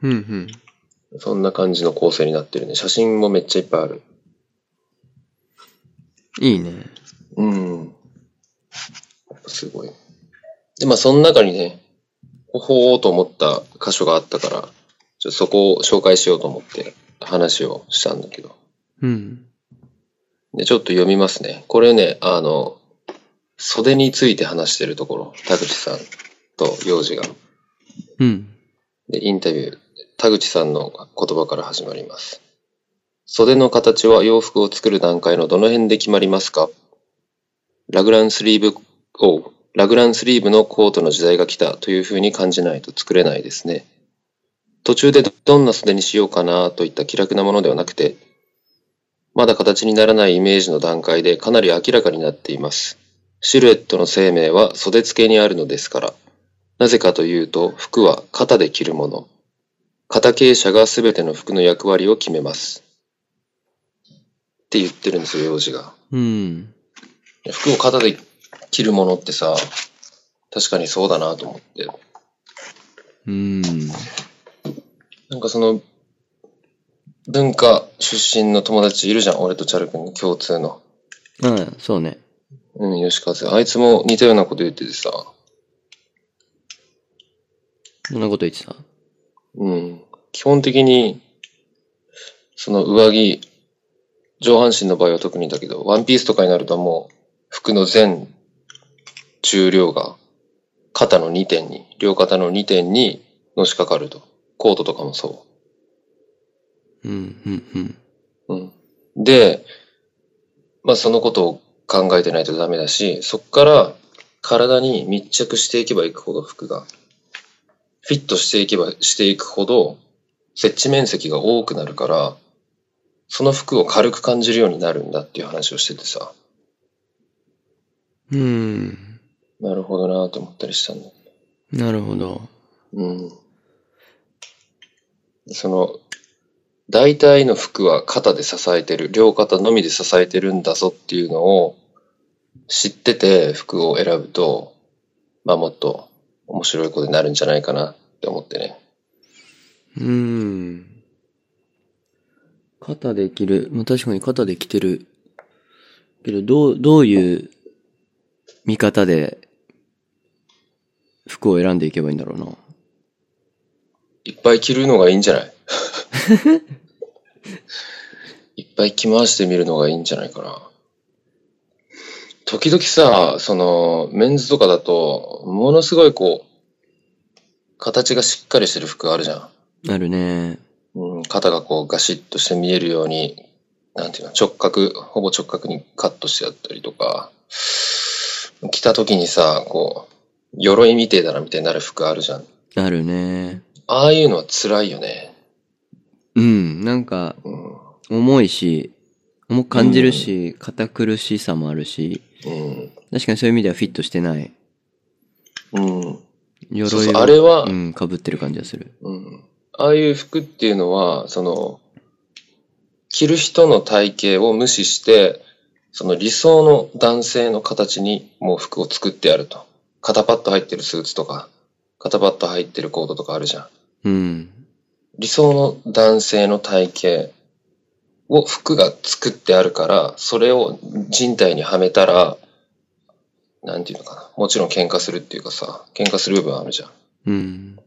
うんうん。そんな感じの構成になってるね。写真もめっちゃいっぱいある。いいね。うん。やっぱすごい。で、まあその中にね、ほーと思った箇所があったから、ちょっとそこを紹介しようと思って話をしたんだけど。うん。で、ちょっと読みますね。これね、あの、袖について話してるところ、田口さんと幼児が。うん。で、インタビュー、田口さんの言葉から始まります。袖の形は洋服を作る段階のどの辺で決まりますかラグランスリーブを、ラグランスリーブのコートの時代が来たというふうに感じないと作れないですね。途中でどんな袖にしようかなといった気楽なものではなくて、まだ形にならないイメージの段階でかなり明らかになっています。シルエットの生命は袖付けにあるのですから。なぜかというと、服は肩で着るもの。肩傾斜がすべての服の役割を決めます。って言ってるんですよ、幼児が。うん。服を肩で着るものってさ、確かにそうだなと思って。うん。なんかその、文化出身の友達いるじゃん、俺とチャル君共通の。ああ、そうね。うん、吉川あいつも似たようなこと言っててさ、そんなこと言ってた。うん。基本的に、その上着、上半身の場合は特にだけど、ワンピースとかになるともう、服の全重量が、肩の2点に、両肩の2点にのしかかると。コートとかもそうん、うん、う。うん。で、まあそのことを考えてないとダメだし、そこから体に密着していけばいくほど服が、フィットしていけばしていくほど、設置面積が多くなるから、その服を軽く感じるようになるんだっていう話をしててさ、うん。うん。なるほどなと思ったりしたんだ。なるほど。うん。その、大体の服は肩で支えてる、両肩のみで支えてるんだぞっていうのを知ってて服を選ぶと、まあもっと面白い子になるんじゃないかなって思ってね。うん。肩で着る。まあ、確かに肩で着てる。けど、どう、どういう見方で服を選んでいけばいいんだろうな。いっぱい着るのがいいんじゃないいっぱい着回してみるのがいいんじゃないかな。時々さ、その、メンズとかだと、ものすごいこう、形がしっかりしてる服あるじゃん。なるね。うん、肩がこうガシッとして見えるように、なんていうの、直角、ほぼ直角にカットしてあったりとか、着た時にさ、こう、鎧みてえだなみたいになる服あるじゃん。なるね。ああいうのは辛いよね。うん。なんか、うん。重いし、重く感じるし、堅苦しさもあるし、うん。確かにそういう意味ではフィットしてない。うん。鎧をそうそうあれはうん、被ってる感じがする。うん。ああいう服っていうのは、その、着る人の体型を無視して、その理想の男性の形にもう服を作ってやると。肩パッド入ってるスーツとか、肩パッド入ってるコートとかあるじゃん。うん。理想の男性の体型を服が作ってあるから、それを人体にはめたら、なんていうのかな。もちろん喧嘩するっていうかさ、喧嘩する部分あるじゃん。うん。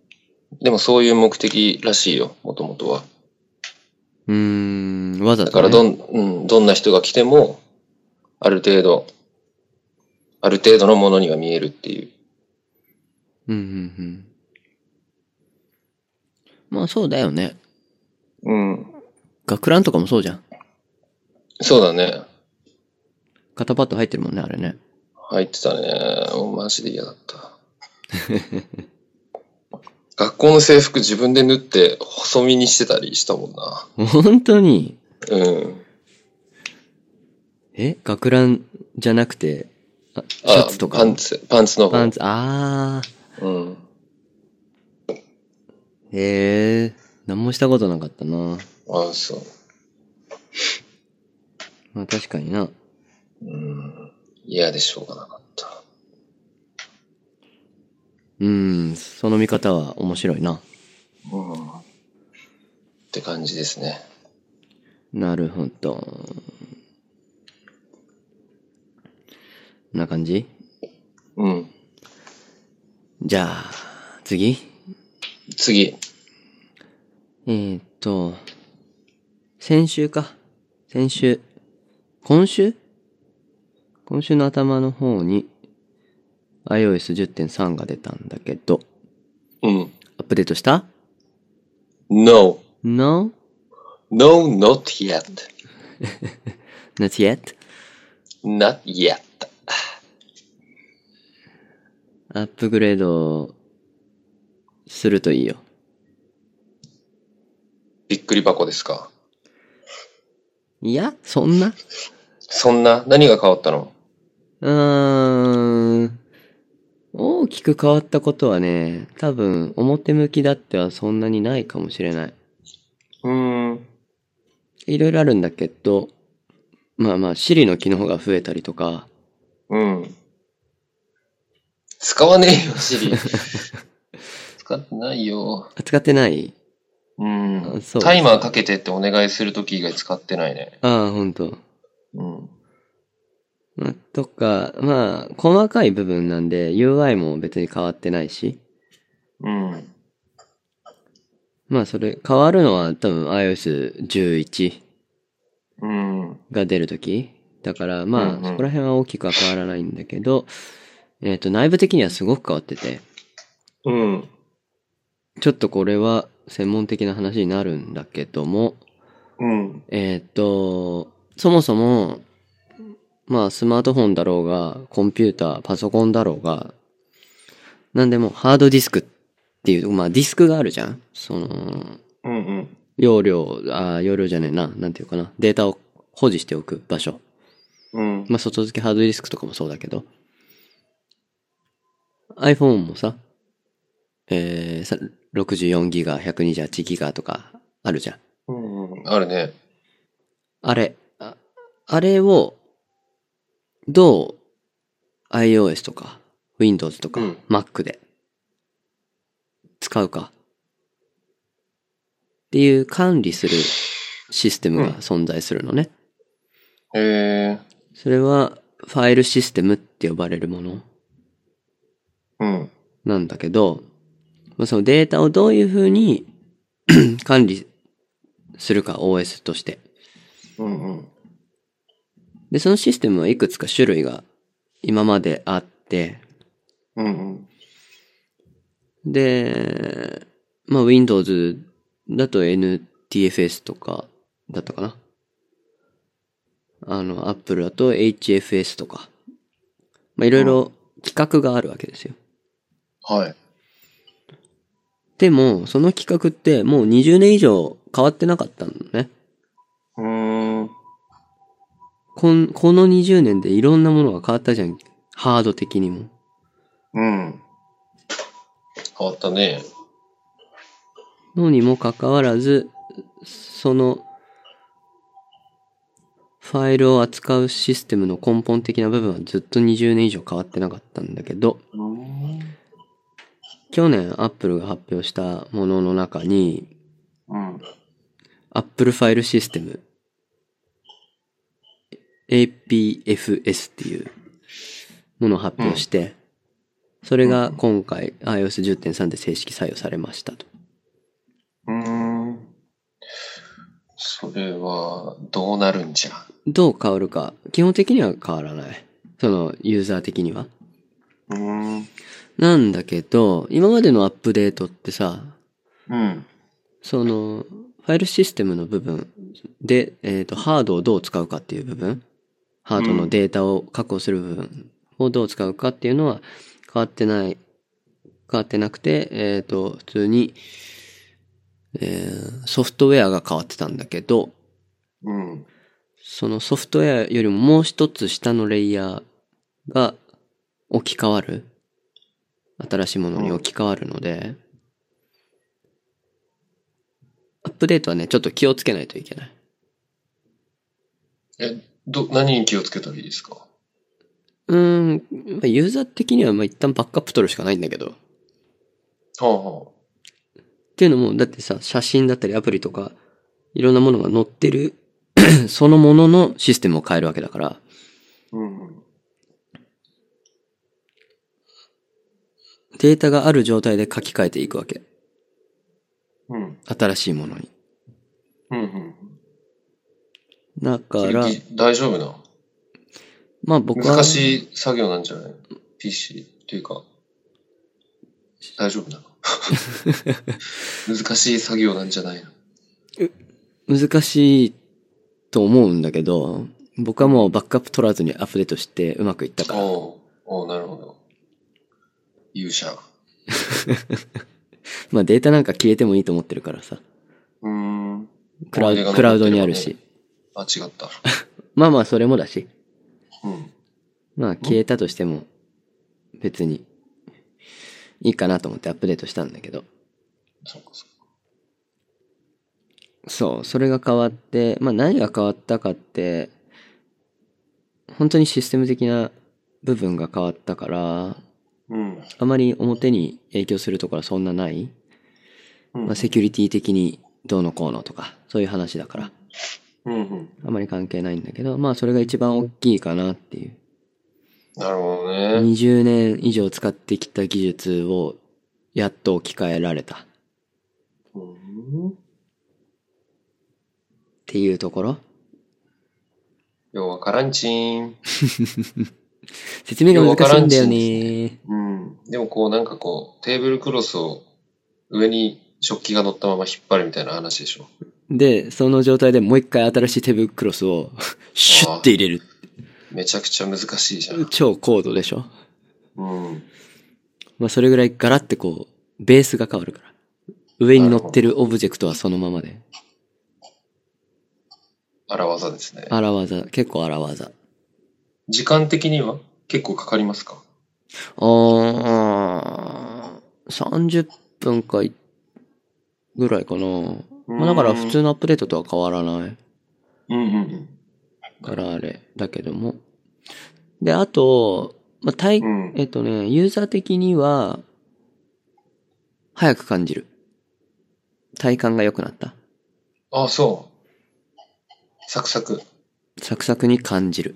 でもそういう目的らしいよ、もともとは。うーん、わざだと、ね。からどん、うん、どんな人が来ても、ある程度、ある程度のものには見えるっていう。うん、うん、うん。まあそうだよね。うん。学ランとかもそうじゃん。そうだね。肩パッド入ってるもんね、あれね。入ってたね。もうマジで嫌 だった。学校の制服自分で縫って細身にしてたりしたもんな。本当に。うん。え学ランじゃなくて、あシあャツとか。パンツ、パンツの方。パンツ、あー。うん。へえ、何もしたことなかったな。ああ、そう。まあ確かにな。うん。嫌でしょうがなかった。うん、その見方は面白いな。うん。って感じですね。なるほど。こんな感じうん。じゃあ、次次。えー、っと、先週か。先週。今週今週の頭の方に iOS10.3 が出たんだけど、うん。アップデートした No. ?No? No, not yet. Not yet? Not yet. アップグレードするといいよ。びっくり箱ですかいや、そんなそんな何が変わったのうーん。大きく変わったことはね、多分表向きだってはそんなにないかもしれない。うーん。いろいろあるんだけど、まあまあ Siri の機能が増えたりとか、うん。使わねえよ、シ リ。使ってないよ。あ使ってないうんあそうタイマーかけてってお願いするとき以外使ってないね。ああ、ほんと。うん。まあ、とか、まあ、細かい部分なんで UI も別に変わってないし、うん。まあそれ変わるのは多分 iOS11 うん。が出るときだからまあ、うんうんそこら辺は大きくは変わらないんだけど、えっ、と内部的にはすごく変わってて、うん。ちょっとこれは専門的な話になるんだけども、うん。えっ、と、そもそも、まあスマートフォンだろうが、コンピューター、パソコンだろうが、なんでもハードディスクっていう、まあディスクがあるじゃんその、うん。うん。容量、あー容量じゃねえな、なんていうかな、データを保持しておく場所。うん。まあ、外付けハードディスクとかもそうだけど、iPhone もさ、えーさ、64ギガ、128ギガとかあるじゃん。うん。あるね。あれ、ああれを、どう iOS とか Windows とかうん Mac で使うかっていう管理するシステムが存在するのね。へえ。それはファイルシステムって呼ばれるものうん。なんだけど、まあ、そのデータをどういうふうに 管理するか OS として。うんうん。で、そのシステムはいくつか種類が今まであって、うんで、まあ Windows だと NTFS とかだったかな。あの、Apple だと HFS とか。まあいろいろ規格があるわけですよ。はい。でも、その企画ってもう20年以上変わってなかったのね。うーん。こん、この20年でいろんなものが変わったじゃん。ハード的にも。うん。変わったね。のにもかかわらず、その、ファイルを扱うシステムの根本的な部分はずっと20年以上変わってなかったんだけど、うん。去年 Apple が発表したものの中に、うん。 Apple ファイルシステム APFS っていうものを発表して、それが今回 iOS10.3 で正式採用されましたと。うん。それは、どうなるんじゃ。どう変わるか、基本的には変わらない。そのユーザー的には。うん。なんだけど、今までのアップデートってさ、うん。その、ファイルシステムの部分で、えっ、と、ハードをどう使うかっていう部分、ハードのデータを確保する部分をどう使うかっていうのは変わってない、変わってなくて、えっ、と、普通に、えーソフトウェアが変わってたんだけど、うん。そのソフトウェアよりももう一つ下のレイヤーが置き換わる。新しいものに置き換わるので、アップデートはね、ちょっと気をつけないといけない。え、ど、何に気をつけたらいいですかうーん、まあユーザー的にはまあ一旦バックアップ取るしかないんだけど。っはあはあ。ていうのも、だってさ、写真だったりアプリとか、いろんなものが載ってる、 そのもののシステムを変えるわけだから、うん。データがある状態で書き換えていくわけ。うん。新しいものに。うん。うん。だから、ぎ大丈夫な。まあ僕は。難しい作業なんじゃない ?PC っていうか、大丈夫 なの難しい作業なんじゃないの難しいと思うんだけど、僕はもうバックアップ取らずにアップデートしてうまくいったから。おうおうなるほど。勇者。まあデータなんか消えてもいいと思ってるからさ。うーん。クラウ思い出が残っクてればねラウドにあるし。あ、違 った。まあまあそれもだし。うん。まあ消えたとしても別にいいかなと思ってアップデートしたんだけど。そっかそっか。そう、それが変わって、まあ何が変わったかって、本当にシステム的な部分が変わったから、うん。あまり表に影響するところはそんなないうん。まあ、セキュリティ的にどうのこうのとか、そういう話だから、うんうん。あまり関係ないんだけど、まあそれが一番大きいかなっていう。なるほどね。 20年以上使ってきた技術をやっと置き換えられたっうんていうところ。ようわからんちーん。説明が難しいんだよね。うん。でもこうなんかこう、テーブルクロスを上に食器が乗ったまま引っ張るみたいな話でしょ。で、その状態でもう一回新しい手袋クロスをシュッて入れる。めちゃくちゃ難しいじゃん。超高度でしょうん。まあそれぐらいガラってこう、ベースが変わるから。上に乗ってるオブジェクトはそのままで。荒技ですね。荒技、結構荒技。時間的には結構かかりますかあー、30分かい、ぐらいかな。まあだから普通のアップデートとは変わらないうんうんうん。からあれだけども。で、あと、まあ、体う、ん。えっとね、ユーザー的には、早く感じる。体感が良くなった。あ、そう。サクサク。サクサクに感じる。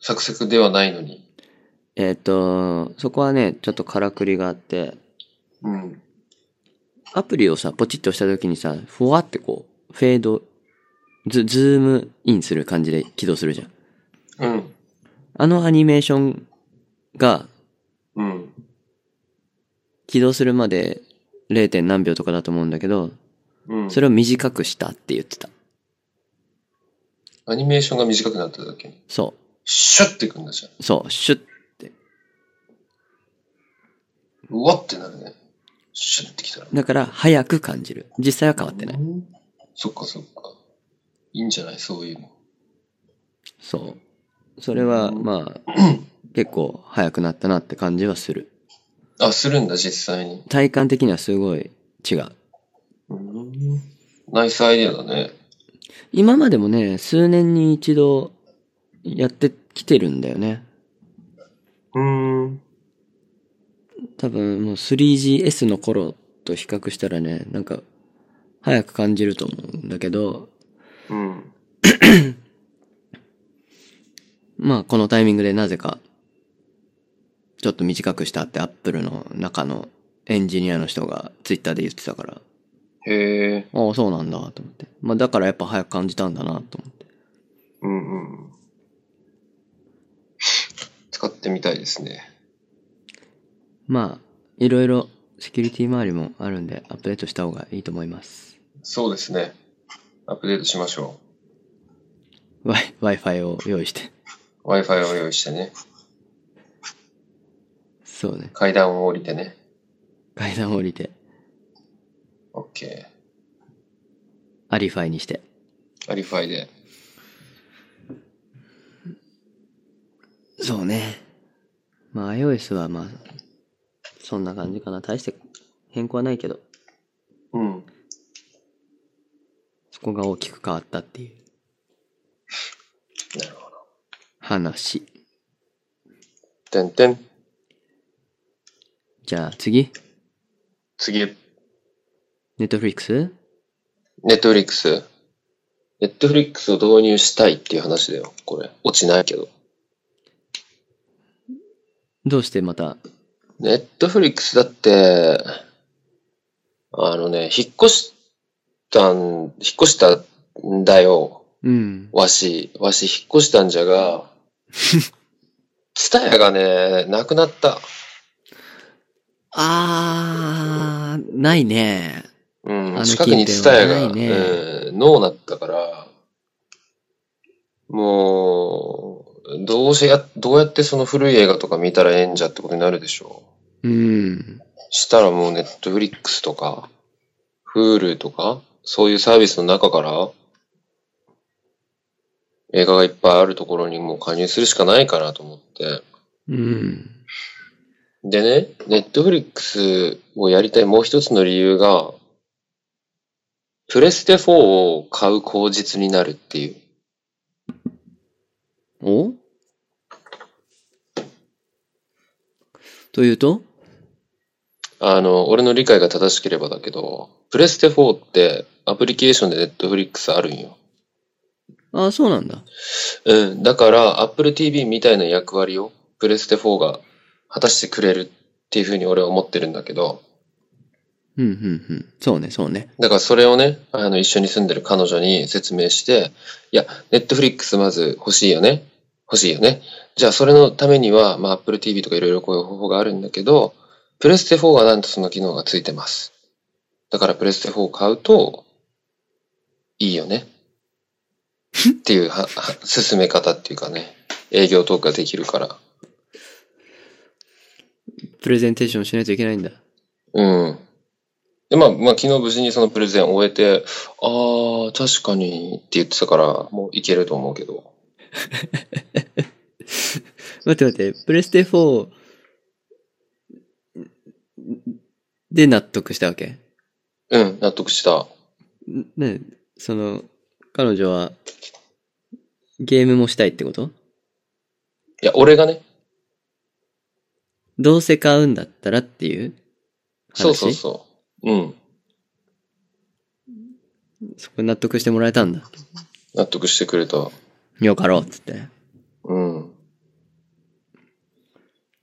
サクサクではないのに。えっと、そこはね、ちょっとからくりがあって、うん。アプリをさ、ポチッと押した時にさ、ふわってこう、フェード、ズ、ズームインする感じで起動するじゃん。うん。あのアニメーションがうん。起動するまで 0. 点何秒とかだと思うんだけど、うん。それを短くしたって言ってた。アニメーションが短くなっただけに。そシュッていくんだじゃん。う。そう。シュッ。うわってなるね。シュッてきたら。だから、早く感じる。実際は変わってない。うんそっかそっか。いいんじゃないそういうの。そう。それは、まあ、結構早くなったなって感じはする。あ、するんだ、実際に。体感的にはすごい違う。ナイスアイデアだね。今までもね、数年に一度やってきてるんだよね。うん。多分もう 3GS の頃と比較したらね、なんか、早く感じると思うんだけど、うん。まあこのタイミングでなぜか、ちょっと短くしたってアップルの中のエンジニアの人がツイッターで言ってたから、へえ。ああ、そうなんだと思って。まあだからやっぱ早く感じたんだなと思って。うんうん。使ってみたいですね。まあ、いろいろセキュリティ周りもあるんでアップデートした方がいいと思います。そうですね。アップデートしましょ Wi- Wi-Fi を用意して。う。Wi-Fi を用意してね。そうね。階段を降りてね。階段を降りて、 OK。アリファイにして。アリファイで。そうね。まあ iOS はまあ、そんな感じかな。大して変更はないけど、うん。そこが大きく変わったっていうなるほど。話。てんてん。じゃあ次次。 ?Netflix? ネットフリックス。ネットフリックスを導入したいっていう話だよ。これ。落ちないけど。どうしてまた、ネットフリックスだって、あのね、引っ越したん、引っ越したんだよ。うん。わし、わし引っ越したんじゃ が、ツタヤがね、なくなった。あー、ないね。あうのん、近くにツタヤが、近辺はないうん、ノーなったから、もう、どうせや、どうやってその古い映画とか見たらええんじゃってことになるでしょうん。したらもうネットフリックスとか、Hulu とか、そういうサービスの中から、映画がいっぱいあるところにもう加入するしかないかなと思って。うん。でね、ネットフリックスをやりたいもう一つの理由が、プレステ4を買う口実になるっていう。おというとあの、俺の理解が正しければだけど、プレステ4ってアプリケーションでネットフリックスあるんよ。ああ、そうなんだ。うん。だから、Apple TV みたいな役割を、プレステ4が果たしてくれるっていうふうに俺は思ってるんだけど、うん、うん、うん。そうね、そうね。だからそれをね、あの、一緒に住んでる彼女に説明して、いや、Netflix まず欲しいよね。欲しいよね。じゃあ、それのためには、まあ、Apple TV とかいろいろこういう方法があるんだけど、プレステ4はなんとその機能がついてます。だから、プレステ4を買うと、いいよね。っていうは、は進め方っていうかね、営業トークができるから。プレゼンテーションしないといけないんだ。うん。で、まあ、まあ、昨日無事にそのプレゼンを終えて、ああ、確かにって言ってたから、もういけると思うけど。待って待って、プレステ4で納得したわけうん、納得した。んね、その、彼女は、ゲームもしたいってこといや、俺がね、どうせ買うんだったらっていう話そうそうそう。うん、そこ納得してもらえたんだ。納得してくれた。よかろうっつって。うん。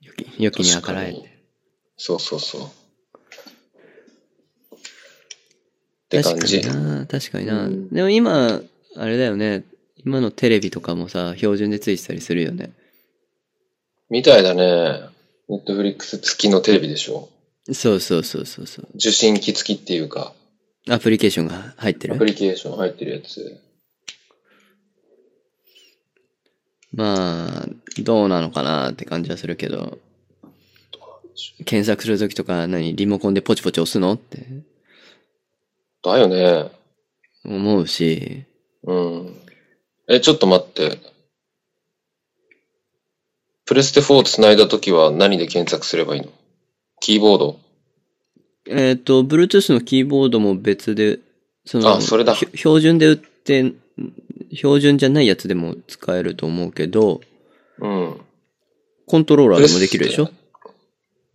よき、よきにあからえ確てか。にそうそうそう。って確感かじに。な確かにな、うんでも今、あれだよね。今のテレビとかもさ、標準でついてたりするよね。みたいだね。ネットフリックス付きのテレビでしょ。そうそうそうそうそう。受信機付きっていうか、アプリケーションが入ってアプる。リケーション入ってるやつ。まあ、どうなのかなって感じはするけど。検索するときとか何リモコンでポチポチ押すのってだよね。思うし。うん。え、ちょっと待って。プレステ4と繋いだ時は何で検索すればいいのキーボードえっ、と、Bluetooth のキーボードも別で、その、あそれだひょ標準で売って、ん標準じゃないやつでも使えると思うけど、うん。コントローラーでもできるでしょ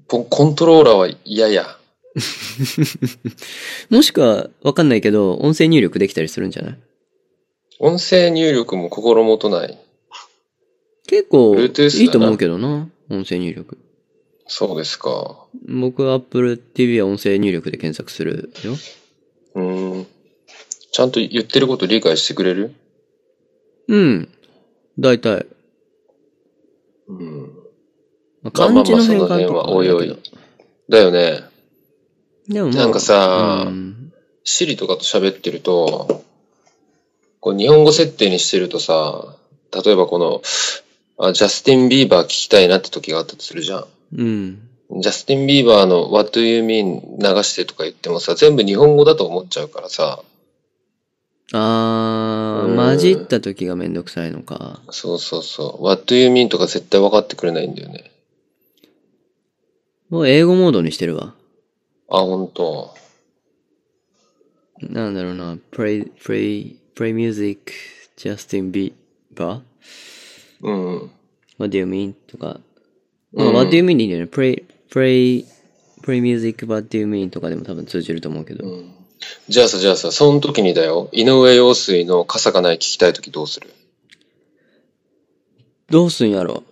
ポコントローラーは嫌や。もしくは、わかんないけど、音声入力できたりするんじゃない音声入力も心もとない。結構、い Bluetooth いと思うけどな、音声入力。そうですか。僕は Apple TV は音声入力で検索するよ。うーん。ちゃんと言ってること理解してくれるうん。大体。うん。まあまあま漢あ字まあのその変換辺とかははおあいれだおけどい。だよね。でもまあ、なんかさうんシリとかと喋ってると、こう日本語設定にしてるとさ、例えばこの、あジャスティン・ビーバー聞きたいなって時があったとするじゃん。うん。ジャスティン・ビーバーの What Do You Mean 流してとか言ってもさ、全部日本語だと思っちゃうからさ、あうー、ん混じった時がめんどくさいのか。そうそうそう。What Do You Mean とか絶対分かってくれないんだよね。もう英語モードにしてるわ。あ、本当。なんだろうな、play, play, play music, Justin Bieber? うん。 What do you mean? とか。うまんあ、what do you mean でいいんだよね。play, play, play music, what do you mean? とかでも多分通じると思うけど。じゃあさ、じゃあさ、その時にだよ、井上陽水の傘がない聞きたい時どうするどうすんやろ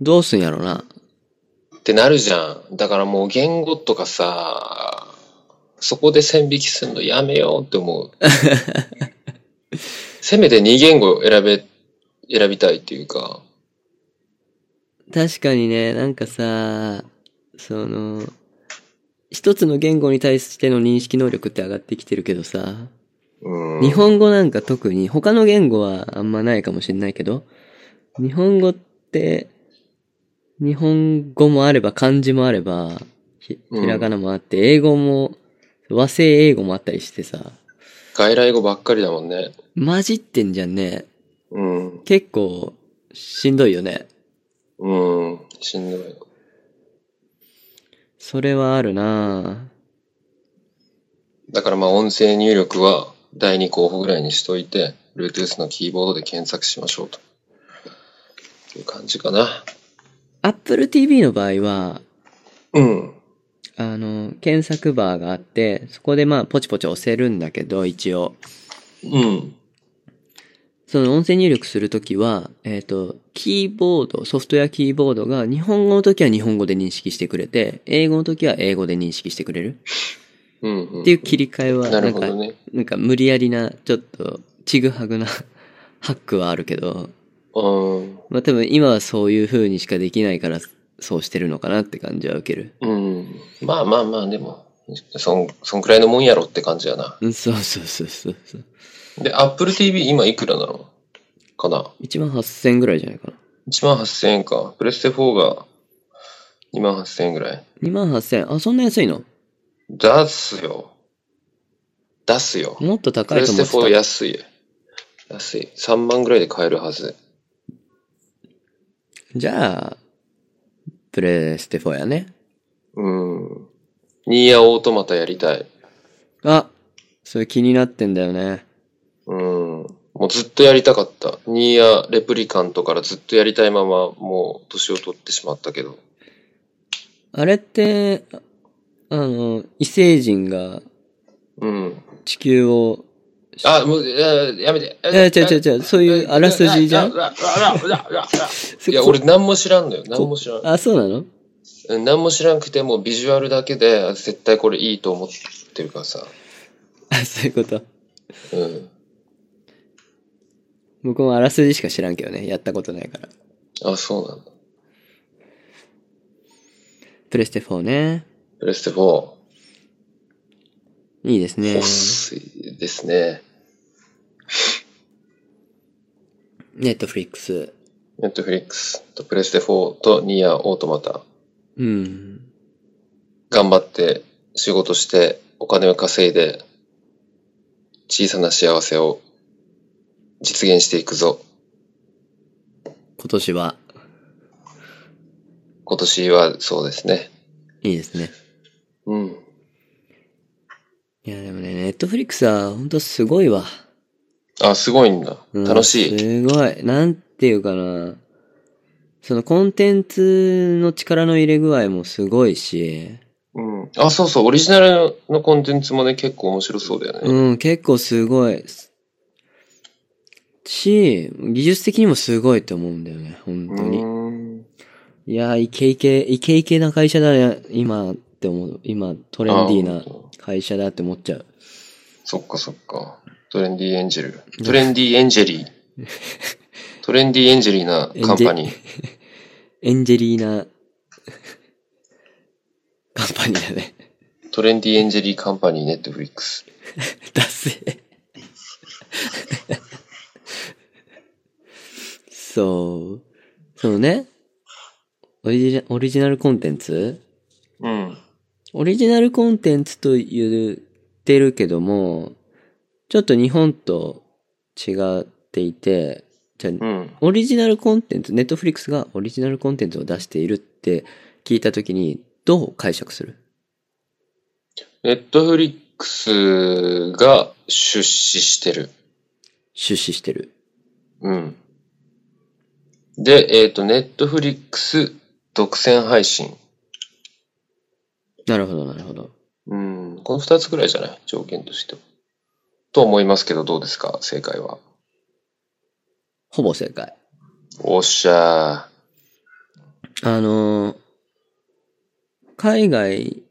どうすんやろな。ってなるじゃん。だからもう言語とかさ、そこで線引きするのやめようって思 う。せめて2言語選べ、選びたいっていうか。確かにね、なんかさ、その、一つの言語に対しての認識能力って上がってきてるけどさ、うん。日本語なんか特に、他の言語はあんまないかもしれないけど、日本語って、日本語もあれば漢字もあれば、ひうんひらがなもあって、英語も、和製英語もあったりしてさ、外来語ばっかりだもんね。混じってんじゃんね。うん。結構、しんどいよね。うん。しんどい。それはあるなぁだからまあ音声入力は第2候補ぐらいにしといて、Bluetooth のキーボードで検索しましょうと。いう感じかな。 Apple TV の場合は、うん。あの、検索バーがあって、そこでまあ、ポチポチ押せるんだけど、一応。うん。その音声入力するときは、えっ、と、キーボード、ソフトウェアキーボードが日本語のときは日本語で認識してくれて、英語のときは英語で認識してくれるうん、うん。っていう切り替えは、ななるんほか、どね。なんか無理やりな、ちょっと、ちぐはぐなハックはあるけど、うん。まあ多分今はそういう風にしかできないから、そうしてるのかなって感じは受ける。うん。まあまあまあ、でも、そん、そんくらいのもんやろって感じやな。うん、そうそうそうそうそう。で、Apple TV 今いくらなのかな1万8000円ぐらいじゃないかな。 ?1 万8000円か。プレステ4が2万8000円ぐらい。 2万8000円。あ、そんな安いの出すよ。出すよ。もっとプ高いレとス思テってた。 4安い。安い。3万ぐらいで買えるはず。じゃあ、プレステ4やね。うん。ニーヤオートマタやりたい。あ、それ気になってんだよね。うん。もうずっとやりたかった。ニーヤレプリカントからずっとやりたいまま、もう年を取ってしまったけど。あれって、あの、異星人がうん。地球を、あ、もう、えーやめて。え、違う違う違う、そういうあらすじじゃんうわうわうわうわうわいや、俺何も知らんのよ。何も知らん。あ、そうなのうん何も知らんくて、もうビジュアルだけで、あ絶対これいいと思ってるからさ。あ、そういうこと。うん。僕もあらすじしか知らんけどね。やったことないから。あ、そうなんだ。プレステ4ね。プレステ4。いいですねお。すいですね。ネットフリックス。ネットフリックスとプレステ4とニアオートマタ。うん。頑張って仕事してお金を稼いで小さな幸せを実現していくぞ。今年は今年はそうですね。いいですね。うん。いや、でもね、ネットフリックスは本当すごいわ。あ、すごいんだ。うん楽しい。すごい。なんていうかな。そのコンテンツの力の入れ具合もすごいし、うん。あ、そうそう。オリジナルのコンテンツもね、結構面白そうだよね。うん、結構すごい。し、技術的にもすごいと思うんだよね、本当に。うん。いやー、イケイケ、イケイケな会社だね、今って思う。今、トレンディーあな本当会社だって思っちゃう。そっかそっか。トレンディエンジェル。トレンディエンジェリー。 トレンディエンジェリーなカンパニー。エンジェリーナ、 カンパニーだね。 トレンディエンジェリーカンパニーネットフリックス。ダセえ。 そう。そうね。オリジナオリジナルコンテンツうん。オリジナルコンテンツと言ってるけども、ちょっと日本と違っていて、じゃあうん。オリジナルコンテンツ、ネットフリックスがオリジナルコンテンツを出しているって聞いたときに、どう解釈するネットフリックスが出資してる。出資してる。うん。で、えっ、と、ネットフリックス独占配信。なるほど、なるほど。うん。この二つくらいじゃない条件としては。と思いますけど、どうですか正解は。ほぼ正解。おっしゃあのー海外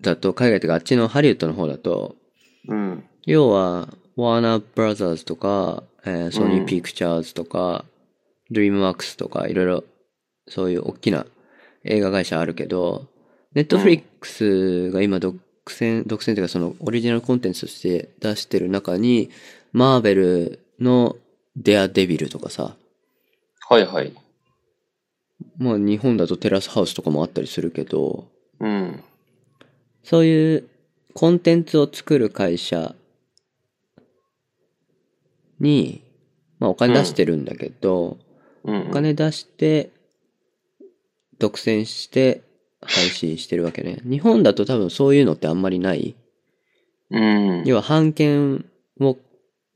だと、海外というかあっちのハリウッドの方だと、ー。うん。要は、ワーナーブラザーズとか、えーソニうーんピクチャーズとか、ドリームワークスとか、いろいろ、そういう大きな映画会社あるけど、ネットフリックスが今独占、独占というかそのオリジナルコンテンツとして出してる中に、マーベルのデアデビルとかさ、はいはい。まあ日本だとテラスハウスとかもあったりするけど、うん。そういうコンテンツを作る会社に、まあお金出してるんだけど、うん、うん。お金出して、独占して配信してるわけね。日本だと多分そういうのってあんまりない。うん。要は版権を、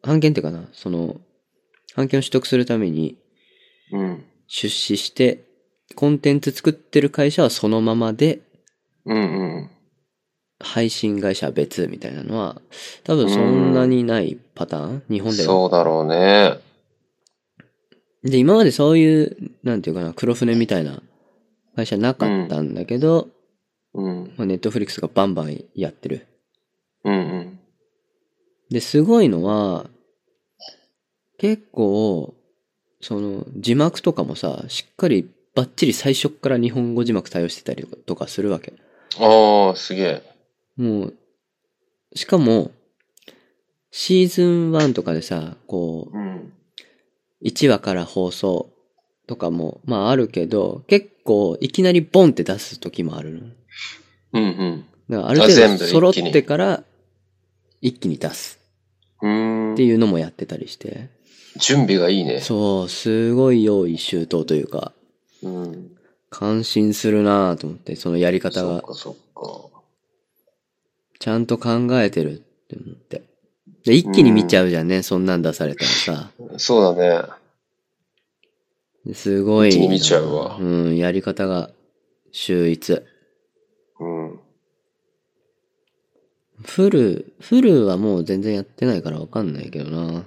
版権っていうかな、その、版権を取得するためにうん。出資して、コンテンツ作ってる会社はそのままでうんうん。配信会社は別みたいなのは、多分そんなにないパターン、日本では。そうだろうね。で、今までそういう、なんていうかな、黒船みたいな会社なかったんだけど、うん。まあ、ネットフリックスがバンバンやってる。うんうん。で、すごいのは、結構、その、字幕とかもさ、しっかりバッチリ最初っから日本語字幕対応してたりとかとかするわけ。ああ、すげえ。もう、しかも、シーズン1とかでさ、こう、うん。 1話から放送とかも、まああるけど、結構いきなりボンって出す時もあるうんの。だからある程あ全度部揃っ一気にてから一気に出すうん。うーんって。いうのもやってたりして。準備がいいね。そう、すごい用意周到というか、うん。感心するなぁと思って、そのやり方そっがかそっか。ちゃんと考えてるって思って。で一気に見ちゃうじゃんね、そんなん出されたらさ。そうだね。すごい。一気に見ちゃうわうん、やり方が秀逸。うん。フル、フルはもう全然やってないからわかんないけどな。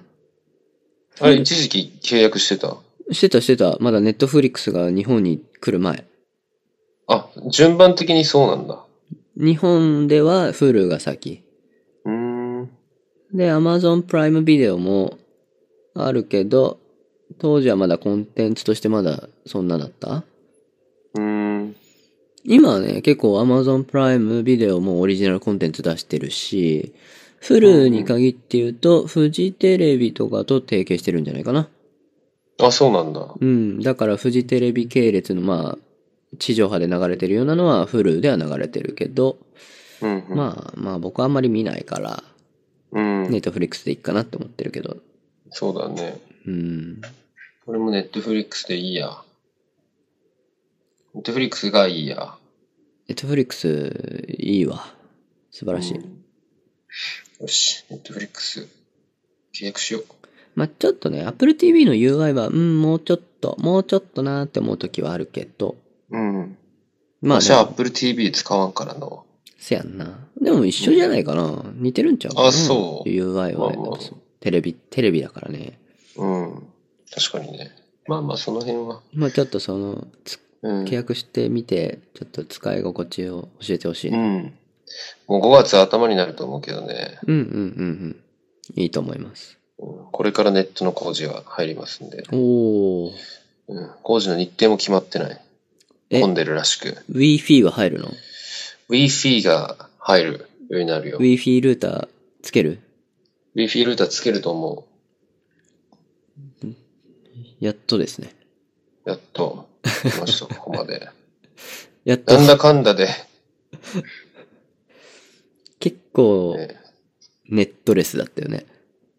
あれ、一時期契約してた。してたしてた。まだネットフリックスが日本に来る前。あ、順番的にそうなんだ。日本ではフルが先。うーん。で、アマゾンプライムビデオもあるけど、当時はまだコンテンツとしてまだそんなだったうーん。今はね、結構 Amazon プライムビデオもオリジナルコンテンツ出してるし、フルに限って言うと、フジテレビとかと提携してるんじゃないかな。あ、そうなんだ。うん。だからフジテレビ系列の、まあ、地上波で流れてるようなのはフルでは流れてるけど、うん、うん。まあまあ僕はあんまり見ないから、うん。ネットフリックスでいいかなって思ってるけど。そうだね。うん。これもネットフリックスでいいや。ネットフリックスがいいや。ネットフリックス、いいわ。素晴らしい。うんよし、ネットフリックス契約しよう。まあ、ちょっとね、Apple TV の UI は、うん、もうちょっと、もうちょっとなーって思う時はあるけど、うん。まあ、ね、私は Apple TV 使わんからな。せやんな。でも一緒じゃないかな。似てるんちゃうかな。あそう UI は、ねまあまあテレビ、テレビだからね。うん。確かにね。まあまあ、その辺は。まあちょっとその、つうん。契約してみて、ちょっと使い心地を教えてほしい、うねん。もう5月頭になると思うけどね。うん。うんうんうんいいと思います。うんこれからネットの工事が入りますんで。おー。うん。工事の日程も決まってない。え混んでるらしく。 Wi-Fi は入るの Wi-Fi が入るようになるよ。 ?Wi-Fi ルーターつける Wi-Fi ルーターつけると思やっとですね。う。やっと。来ま した、ここまで。やっとなんだかんだで、結構ねネットレスだったよね。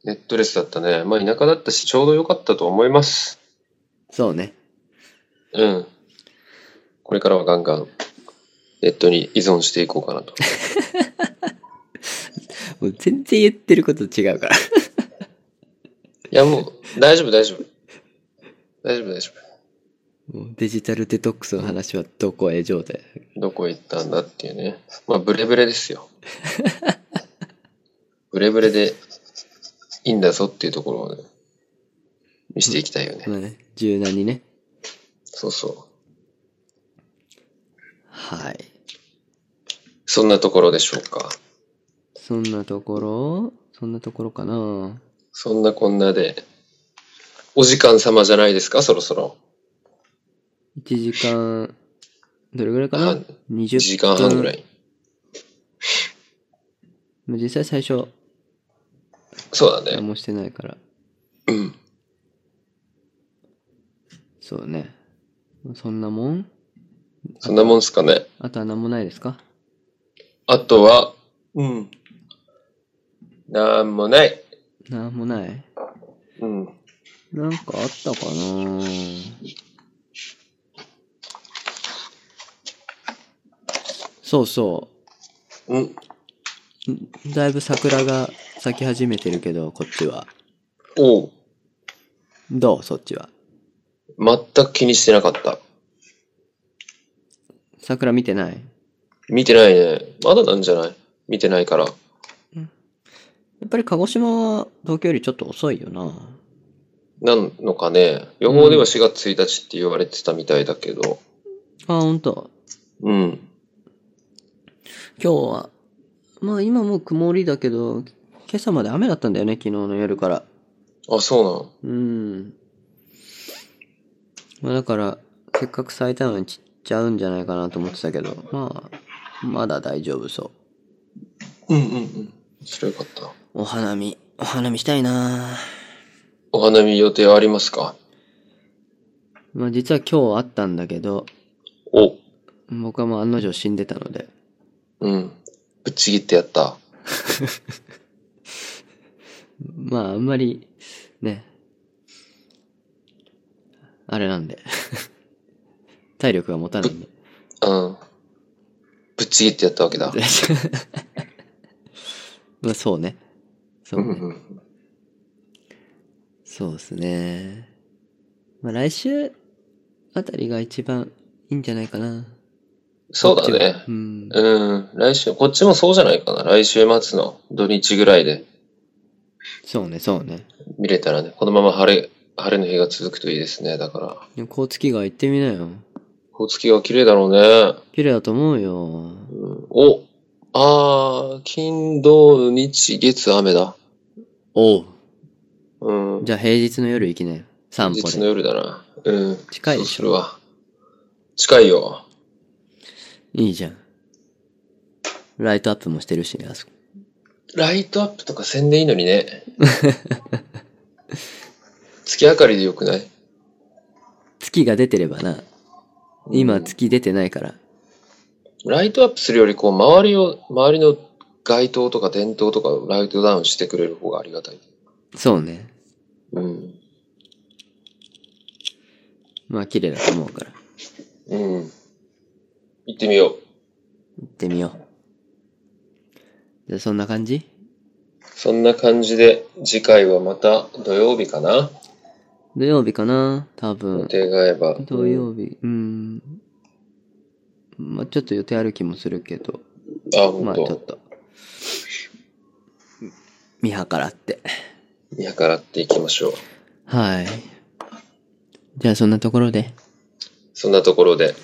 ネットレスだったね。まあ田舎だったし、ちょうど良かったと思います。そうね。うん。これからはガンガン、ネットに依存していこうかなと。もう全然言ってること違うから。 いや、もう、大丈夫、大丈夫。大丈夫、大丈もうデジタルデトックスの話はどこへ上で。夫。どこ行ったんだっていうね。まあ、ブレブレです よ。ブレブレでいいんだぞっていうところをね、見せていきたいよね。まあね、柔軟にね。そうそう。はい。そんなところでしょうか。そんなところそんなところかなそんなこんなで、お時間様じゃないですか、そろそろ。 ?1 時間、どれぐらいかな半 ?20 1時間半ぐらい。まあ実際最初、そうだ何ね。もしてないから。うん。そうね。そんなもんそんなもんすかね。あとは何もないですかあとは、うん。なんもない。何もないうん。なんかあったかなそうそうん。う。だいぶ桜が咲き始めてるけど、こっちは。おう。どうそっちは。全く気にしてなかった。桜見てない見てないね。まだなんじゃない見てないから。やっぱり鹿児島は東京よりちょっと遅いよな。なんのかね。予報では4月1日って言われてたみたいだけど。あ、ほんと。うん。今日は、まあ今もう曇りだけど、今朝まで雨だったんだよね、昨日の夜から。あ、そうなうの。ん。まあだから、せっかく咲いたのに散っちゃうんじゃないかなと思ってたけど、まあ、まだ大丈夫そう。うんうんうん。それよかった。お花見、お花見したいなお花見予定はありますかまあ実は今日あったんだけど、お僕はもう案の定死んでたので、うん。ぶっちぎってやった。まああんまり、ね、あれなんで、 体力が持たないんで。 うん。ぶっちぎってやったわけだ。まあそうね。そううんね。うん。そうですね。まあ来週あたりが一番いいんじゃないかな。そうだね。うん。うん。来週、こっちもそうじゃないかな。来週末の土日ぐらいでそうね、そうね。見れたらね、このまま晴れ、晴れの日が続くといいですね。だから、でも高月が行ってみなよ。こう月が綺麗だろうね。綺麗だと思うよ。うん、おあー、金、土、日、月、雨だ。おう。うん。じゃあ平日の夜行きなよ。散歩日ので。夜だな。うん。近いでそうしするょ。わ。近いよ。いいじゃん。ライトアップもしてるしね、あそこ。ライトアップとかせんでいいの にね。月明かりでよくない月が出てればな。今うん月出てないから。ライトアップするより、こう、周りを、周りの街灯とか電灯とかをライトダウンしてくれる方がありがたい。そうね。うん。まあ、綺麗だと思うから。うん。行ってみよう。行ってみよう。じゃあ、そんな感じそんな感じで、次回はまた土曜日かな土曜日かな多予分。定が合えば。土曜日、うん。まあ、ちょっと予定ある気もするけど、あ、ほまんあ、ちょっと。と。見計らって。見計らっていきましょう。はい。じゃあ、そんなところで、そんなところで、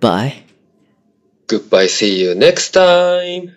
バイ Goodbye, see you next time!